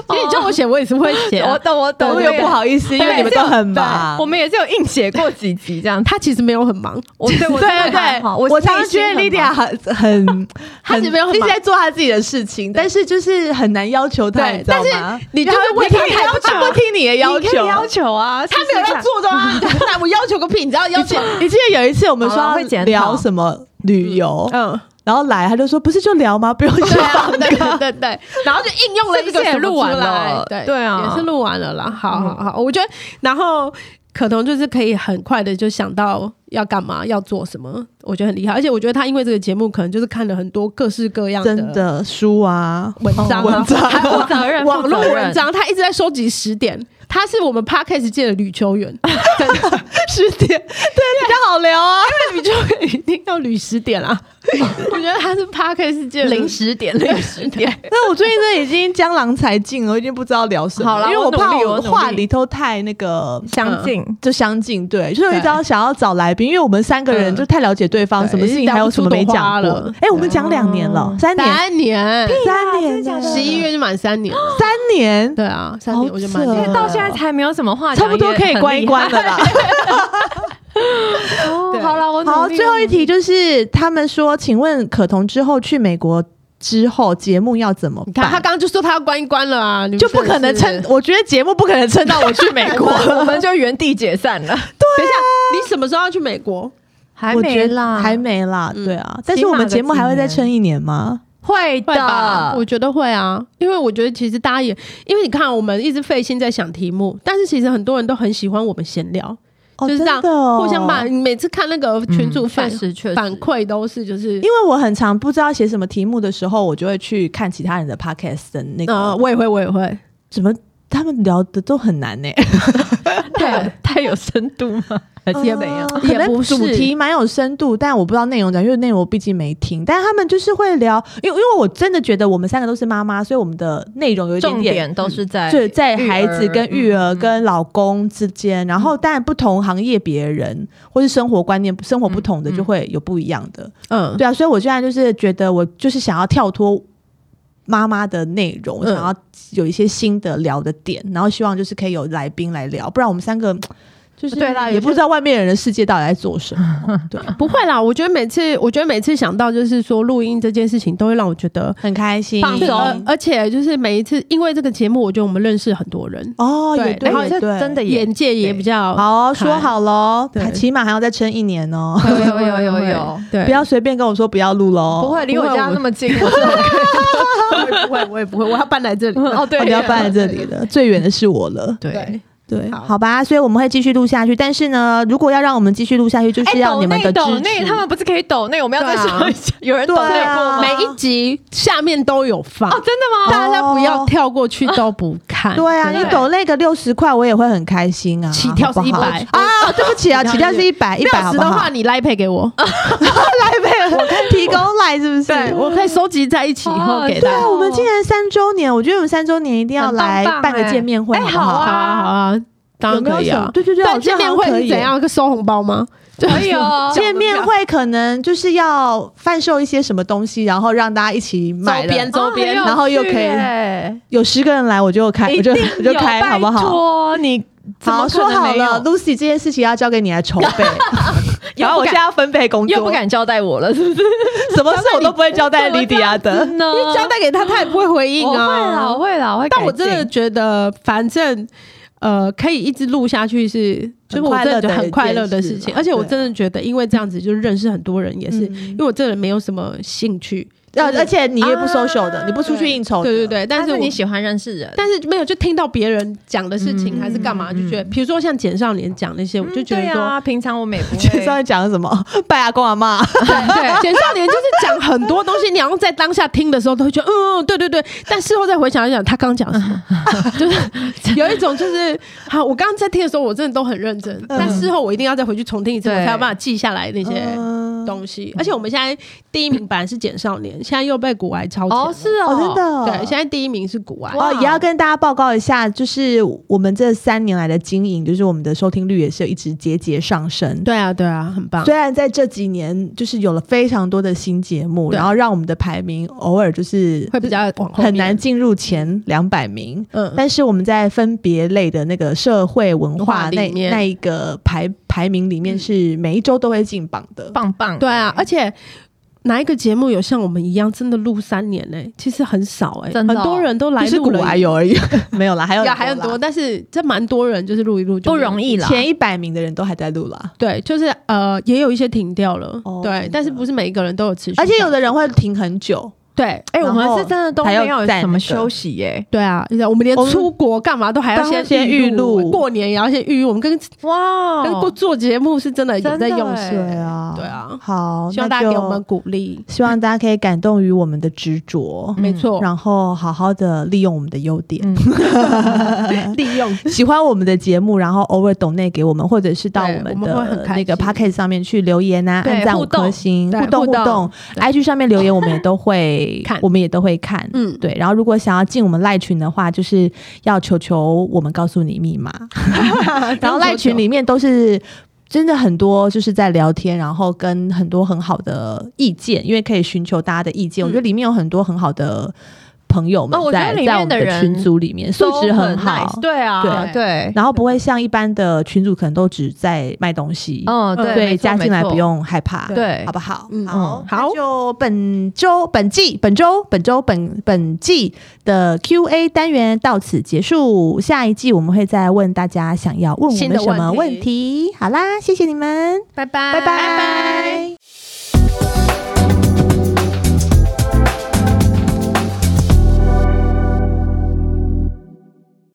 S3: 因为你叫我写，我也是会写、
S2: 我
S3: 啊。
S2: 懂，我懂，
S1: 我
S2: 也
S1: 也不好意思，因为你们都很忙。
S2: 我们也是有硬写过几集这样。
S3: 他其实没有很忙，
S2: 我 对我
S1: 对
S2: 真
S1: 对
S2: 的还
S1: 对，
S2: 好
S1: 我常常觉得 Lydia 很很，
S3: 哎 她
S1: 很
S3: 其实没有很
S1: 就是
S3: 忙
S1: 在做她自己的事情，但是就是很难要求她，
S3: 对
S1: 你知道
S3: 但
S1: 吗
S3: 是？你就是为
S1: 他
S3: 她太
S1: 要
S3: 不
S1: 求，
S3: 懂
S1: 她不听你的要
S2: 你可以
S1: 求。
S2: 要求啊，他
S3: 没有在做的 啊。那我要求个屁，你知道要求？
S1: 嗯你记得有一次我们说
S2: 好
S1: 要
S2: 了会检讨
S1: 聊什么旅游，
S3: 嗯，
S1: 然后来他就说不是就聊吗？不用
S3: 对
S1: 说。
S3: 啊，对对对对， 然后就应用了
S2: 是
S3: 这个
S2: 不是也
S3: 什么
S2: 录完
S3: 出来
S2: 了
S3: 对
S2: 对啊
S3: 也是录完了啦。好好好，我觉得，然后可彤就是可以很快的就想到要干嘛，要做什么，我觉得很厉害。而且我觉得他因为这个节目，可能就是看了很多各式各样
S1: 真的书啊，
S3: 文章、啊、
S1: 文章
S3: 还有
S2: 负责 任
S3: 网络
S2: 负责任
S3: 文章，他一直在收集十点。他是我们 podcast 界的吕秋 远，真的十
S1: 比
S3: 点，
S1: 较好聊啊。
S3: 吕秋远一定要吕十点 啊！我觉得他是 podcast 界的
S2: 零时点，零时点。
S1: 那我最近这已经江郎才尽了，我已经不知道聊什么。
S2: 好啦
S1: 因为我
S2: 我努力
S1: 怕
S2: 我
S1: 我
S2: 努力
S1: 话里头太那个
S2: 相近，
S1: 就相近，对，就是一招想要找来宾，因为我们三个人
S3: 嗯
S1: 就太了解对方，
S3: 对
S1: 什么事情还有什么没讲过
S3: 聊不出朵花
S1: 的
S3: 了。
S1: 哎，我们讲两年了，三年，
S3: 三年，嗯
S1: 三年呢，
S3: 十一月就满三年了，
S1: 三年，
S3: 对啊，三年
S1: 好
S3: 我就满
S1: 扯
S3: 三
S2: 因
S3: 年
S2: 为
S3: 了。
S2: 到现在才没有什么话
S1: 嗯
S2: 讲，
S1: 差不多可以关一关了啦。
S2: 也很厉害。哦
S3: 对
S2: 好了，我努力
S1: 好，最后一题就是他们说，请问可彤之后去美国之后，节目要怎么
S3: 你看他
S1: 办？
S3: 刚刚就说他要关一关了啊，你们
S1: 就不可能
S3: 真
S1: 撑
S3: 的，是
S1: 我觉得节目不可能撑到我去美
S2: 了
S1: 国。
S2: 我们就原地解散了，
S3: 等一下，你什么时候要去美国？
S2: 还
S1: 我觉
S2: 没
S1: 得
S2: 啦，
S1: 还没啦，
S3: 嗯
S1: 对啊。但是我们节目还会再撑一年吗？
S2: 会
S3: 会吧？
S2: 的
S3: 我。觉得会啊，因为我觉得其实大家也，因为你看我们一直费心在想题目，但是其实很多人都很喜欢我们闲聊，
S1: 哦，
S3: 就是
S1: 真
S3: 这样
S1: 的哦
S3: 互相把你每次看那个群主
S2: 嗯
S3: 反、
S2: 确实确实
S3: 反馈都是就是
S1: 因。为我很常不知道写什么题目的时候，我就会去看其他人的 podcast 的那
S3: 呃，
S1: 个，
S3: 我也会，我也会，
S1: 怎么他们聊的都很难呢？
S2: 太有太有深度吗？还是怎样？
S1: 嗯可
S3: 呃也
S1: 能
S3: 不
S1: 主
S3: 是
S1: 题蛮有深度，但我不知道内容讲，因为内容我毕竟没听。但他们就是会聊，因为因为我真的觉得我们三个都是妈妈，所以我们的内容有一点
S2: 重
S1: 点。
S2: 点都是在
S1: 就在孩子跟育儿
S2: 哎嗯
S1: 跟老公之间，然后当然不同行业别人或是生活观念、生活不同的
S2: 嗯嗯
S1: 就会有不一样的。
S3: 嗯，
S1: 对啊，所以我现在就是觉得，我就是想要跳脱妈妈的内容，我
S3: 嗯
S1: 想要有一些新的聊的点，然后希望就是可以有来宾来聊，不然我们三个就是
S2: 对啦
S1: 也
S2: 有些
S1: 不知道外面人的世界到底在做什 么，对，
S3: 不会啦。我觉得每次，我觉得每次想到就是说录音这件事情，都会让我觉得
S1: 很开心，
S2: 放
S3: 对
S2: 松
S3: 而而且就是每一次，因为这个节目，我觉得我们认识很多人，
S1: 哦，也
S3: 对
S1: 对，
S3: 然后
S1: 也
S2: 这
S1: 对
S2: 真的也
S3: 眼界也
S2: 对
S3: 比较
S1: 好说好喽
S3: 对，
S1: 起码还要再撑一年哦，
S2: 有有有有有，
S3: 对，
S1: 不要随便跟我说不要录哦喽，
S2: 不会离我
S3: 不会
S2: 家
S3: 我
S2: 那么近，我是 OK
S3: 我也不会，我也不会，我要搬来这 里。
S2: 哦，对
S1: 哦，不要搬在这里了，最远的是我了。
S3: 对，
S1: 对，
S2: 好
S1: 好吧，所以我们会继续录下去。但是呢，如果要让我们继续录下去，就是要
S2: 哎抖
S1: 你们的支
S2: 内抖内，
S1: 持。
S2: 他们不是可以抖内？我们要再
S3: 对啊
S2: 想一下，有人抖
S1: 对
S2: 内
S1: 啊
S2: 过吗？
S3: 每一集下面都有放，
S2: 哦哦，真的吗？
S3: 大家不要跳过去都不看。
S1: 对啊，
S2: 对
S1: 你抖那个六十块，我也会很开心啊。
S3: 起跳是
S1: 好不好
S3: 100
S1: 啊，对不起啊，起跳是一百，一百
S3: 六
S1: 好
S3: 十
S1: 不
S3: 的
S1: 好
S3: 话，？你来配给我，
S1: 来呗，我看提供来是不是？
S3: 对我可以收集在一起以后给
S1: 对
S3: 大
S1: 啊，
S3: 家。
S1: 我们今年三周年，我觉得我们三周年一定要
S2: 很棒
S1: 来
S2: 棒
S1: 办个
S2: 哎
S1: 见面会，
S2: 哎
S1: 好不
S2: 好
S3: 好
S2: 啊
S3: 啊好啊，当
S1: 有
S3: 然
S1: 没有
S3: 可以
S1: 什么
S3: 啊？。
S1: 对对对，我
S3: 但
S1: 觉得
S3: 见面
S1: 好
S3: 会
S1: 像可
S3: 是
S1: 以
S3: 怎？样？收红包吗？
S2: 可以 哦，
S1: 见面会可能就是要贩售一些什么东西，然后让大家一起买了
S3: 边周
S2: 哦
S3: 边
S2: 很有
S1: 然后又可以
S2: 趣耶
S1: 有十个人来，我就
S2: 哎
S1: 开，我就我就开，好不好？
S2: 好？你怎么
S1: 好，
S2: 可
S1: 说
S2: 能
S1: 好
S2: 没有
S1: 了，Lucy 这件事情要交给你来 筹备，
S2: 又
S1: 然后
S2: 不
S1: 我现
S2: 敢
S1: 在要分配工作，
S2: 又不敢交代我了，是不是？
S1: 什么事我都不会交代莉迪亚 的。
S2: 呢，
S3: 你交代给他，他也不会回应
S2: 啊哦我会
S3: 啊。
S2: 啦，我会啦，我会改进。
S3: 但我真的觉得，反正呃，可以一直录下去是，就是我真的觉得很快乐的事
S1: 很快乐的一件事啦
S3: 情。而且我真的觉得，因为这样子就认识很多人，也是、
S1: 嗯
S3: 因为我这人没有什么兴趣。
S1: 呃，
S3: 就是
S1: 而且你越不
S2: 啊
S1: social 的，你不出去应酬的，
S3: 对对对，但
S2: 但
S3: 是
S2: 是
S3: 我
S2: 你喜欢认识人，
S3: 但是没有就听到别人讲的事情
S2: 嗯
S3: 还是干嘛，
S2: 嗯
S3: 就觉得，比如说像简少年讲那些，我就觉得
S2: 嗯对
S3: 说，
S2: 啊，平常我们也 不
S1: 就是
S2: 会。
S1: 在讲什么拜阿公阿妈，
S3: 对，哎简少年就是讲很多东西，你好像在当下听的时候都会觉得，嗯，对对对，但事后再回想一想，他刚讲 什么，就是有一种就是，好，我刚刚在听的时候，我真的都很认真，但事后我一定要再回去重听一次，我
S2: 嗯对
S3: 才有办法记下来那些
S1: 嗯
S3: 东西。而且我们现在第一名本来是简少年，现在又被古癌超前
S2: 哦，
S3: 了，
S2: 是
S1: 哦，真
S2: 哦，
S1: 的，
S3: 对，现在第一名是古癌，
S1: 哦，
S2: 哇
S1: 也要跟大家报告一下，就是我们这三年来的经营，就是我们的收听率也是有一直节节上升。
S3: 对啊，对啊，很棒
S1: 虽。然在这几年，就是有了非常多的新节目，
S3: 对
S1: 然后让我们的排名偶尔就是
S3: 会比较往后面
S1: 很难进入前两百名，
S3: 嗯，
S1: 但是我们在分别类的那个社会文化
S3: 文化里
S1: 那
S3: 面
S1: 那一个排排名里面，是每一周都会进榜的。
S2: 棒棒。
S3: 对啊，而且哪一个节目有像我们一样真的录三年呢、其实很少哎、
S2: 真的
S3: 很
S2: 哦
S3: 多人都来
S1: 就是
S3: 录
S1: 古
S3: 了
S1: 玩有而已， 没有啦，还有
S3: 呀，还很多，
S1: 啦，
S3: 但是这蛮多人就是录一录就
S2: 不
S3: 没有
S2: 容易啦。
S1: 前一百名的人都还在录啦，
S3: 对，就是呃，也有一些停掉了，
S1: 哦真
S3: 对
S1: 的，
S3: 但是不是每一个人都有持续上，
S1: 而且有的人会停很久，
S3: 对
S2: 哎，我
S1: 然后
S2: 们是真的都没
S1: 还
S2: 有
S1: 有在
S2: 什
S1: 那
S2: 么
S1: 个
S2: 休息耶。
S3: 对啊，我们连
S1: 我们
S3: 出国干嘛都还要
S1: 当然
S3: 先
S1: 先预录
S3: 过年也要先预录，我们跟
S2: 哇哦
S3: 跟过做节目是真的有在用
S2: 真的
S3: 心，
S1: 对啊，
S3: 对啊，
S1: 好，
S3: 希望大家给我们，鼓励，
S1: 希望大家可以感动于我们的执着，
S3: 没错，
S1: 嗯然后好好的利用我们的优点。
S2: 嗯
S3: 利用
S1: 喜欢我们的节目，然后偶尔懂内给我们，或者是到
S3: 对
S1: 我们
S3: 我们会很
S1: 的
S3: 开
S1: 那
S3: 心
S1: 个 p o c k e t 上面去留言啊，
S2: 对
S1: 按赞
S2: 互
S1: 五颗
S2: 动
S1: 星，
S3: 对
S1: 互动
S3: 互
S1: 互
S3: 动
S1: 动
S3: 对
S1: ，IG 上面留言我们也都会
S3: 看
S1: 我们也都会看。
S3: 嗯
S1: 对，然后如果想要进我们赖群的话，就是要求求我们告诉你密码，然后赖群里面都是。真的很多就是在聊天，然后跟很多很好的意见，因为可以寻求大家的意见。
S3: 嗯
S1: 我觉得里面有很多很好的朋友们
S2: 哦我觉得
S1: 在、
S2: 里面
S1: 在我们
S2: 的人
S1: 群组里面，素质
S2: 都
S1: 很好
S2: nice，对啊，
S3: 对
S2: 对，
S1: 然后不会像一般的群主可能都只在卖东西，
S2: 嗯，对，
S1: 对，
S2: 没错
S1: 加进来不。
S2: 没错
S1: 用害怕，
S2: 对
S1: 好不好？
S3: 嗯
S1: 好
S2: 嗯，
S1: 那
S3: 好
S1: 就本周、本季、本周、本周、本本季的 Q&A 单元到此结束，下一季我们会再问大家想要问我
S3: 新
S1: 们
S3: 的
S1: 什么
S3: 问
S1: 问题。好啦，谢谢你们。
S2: 拜拜，
S1: 拜拜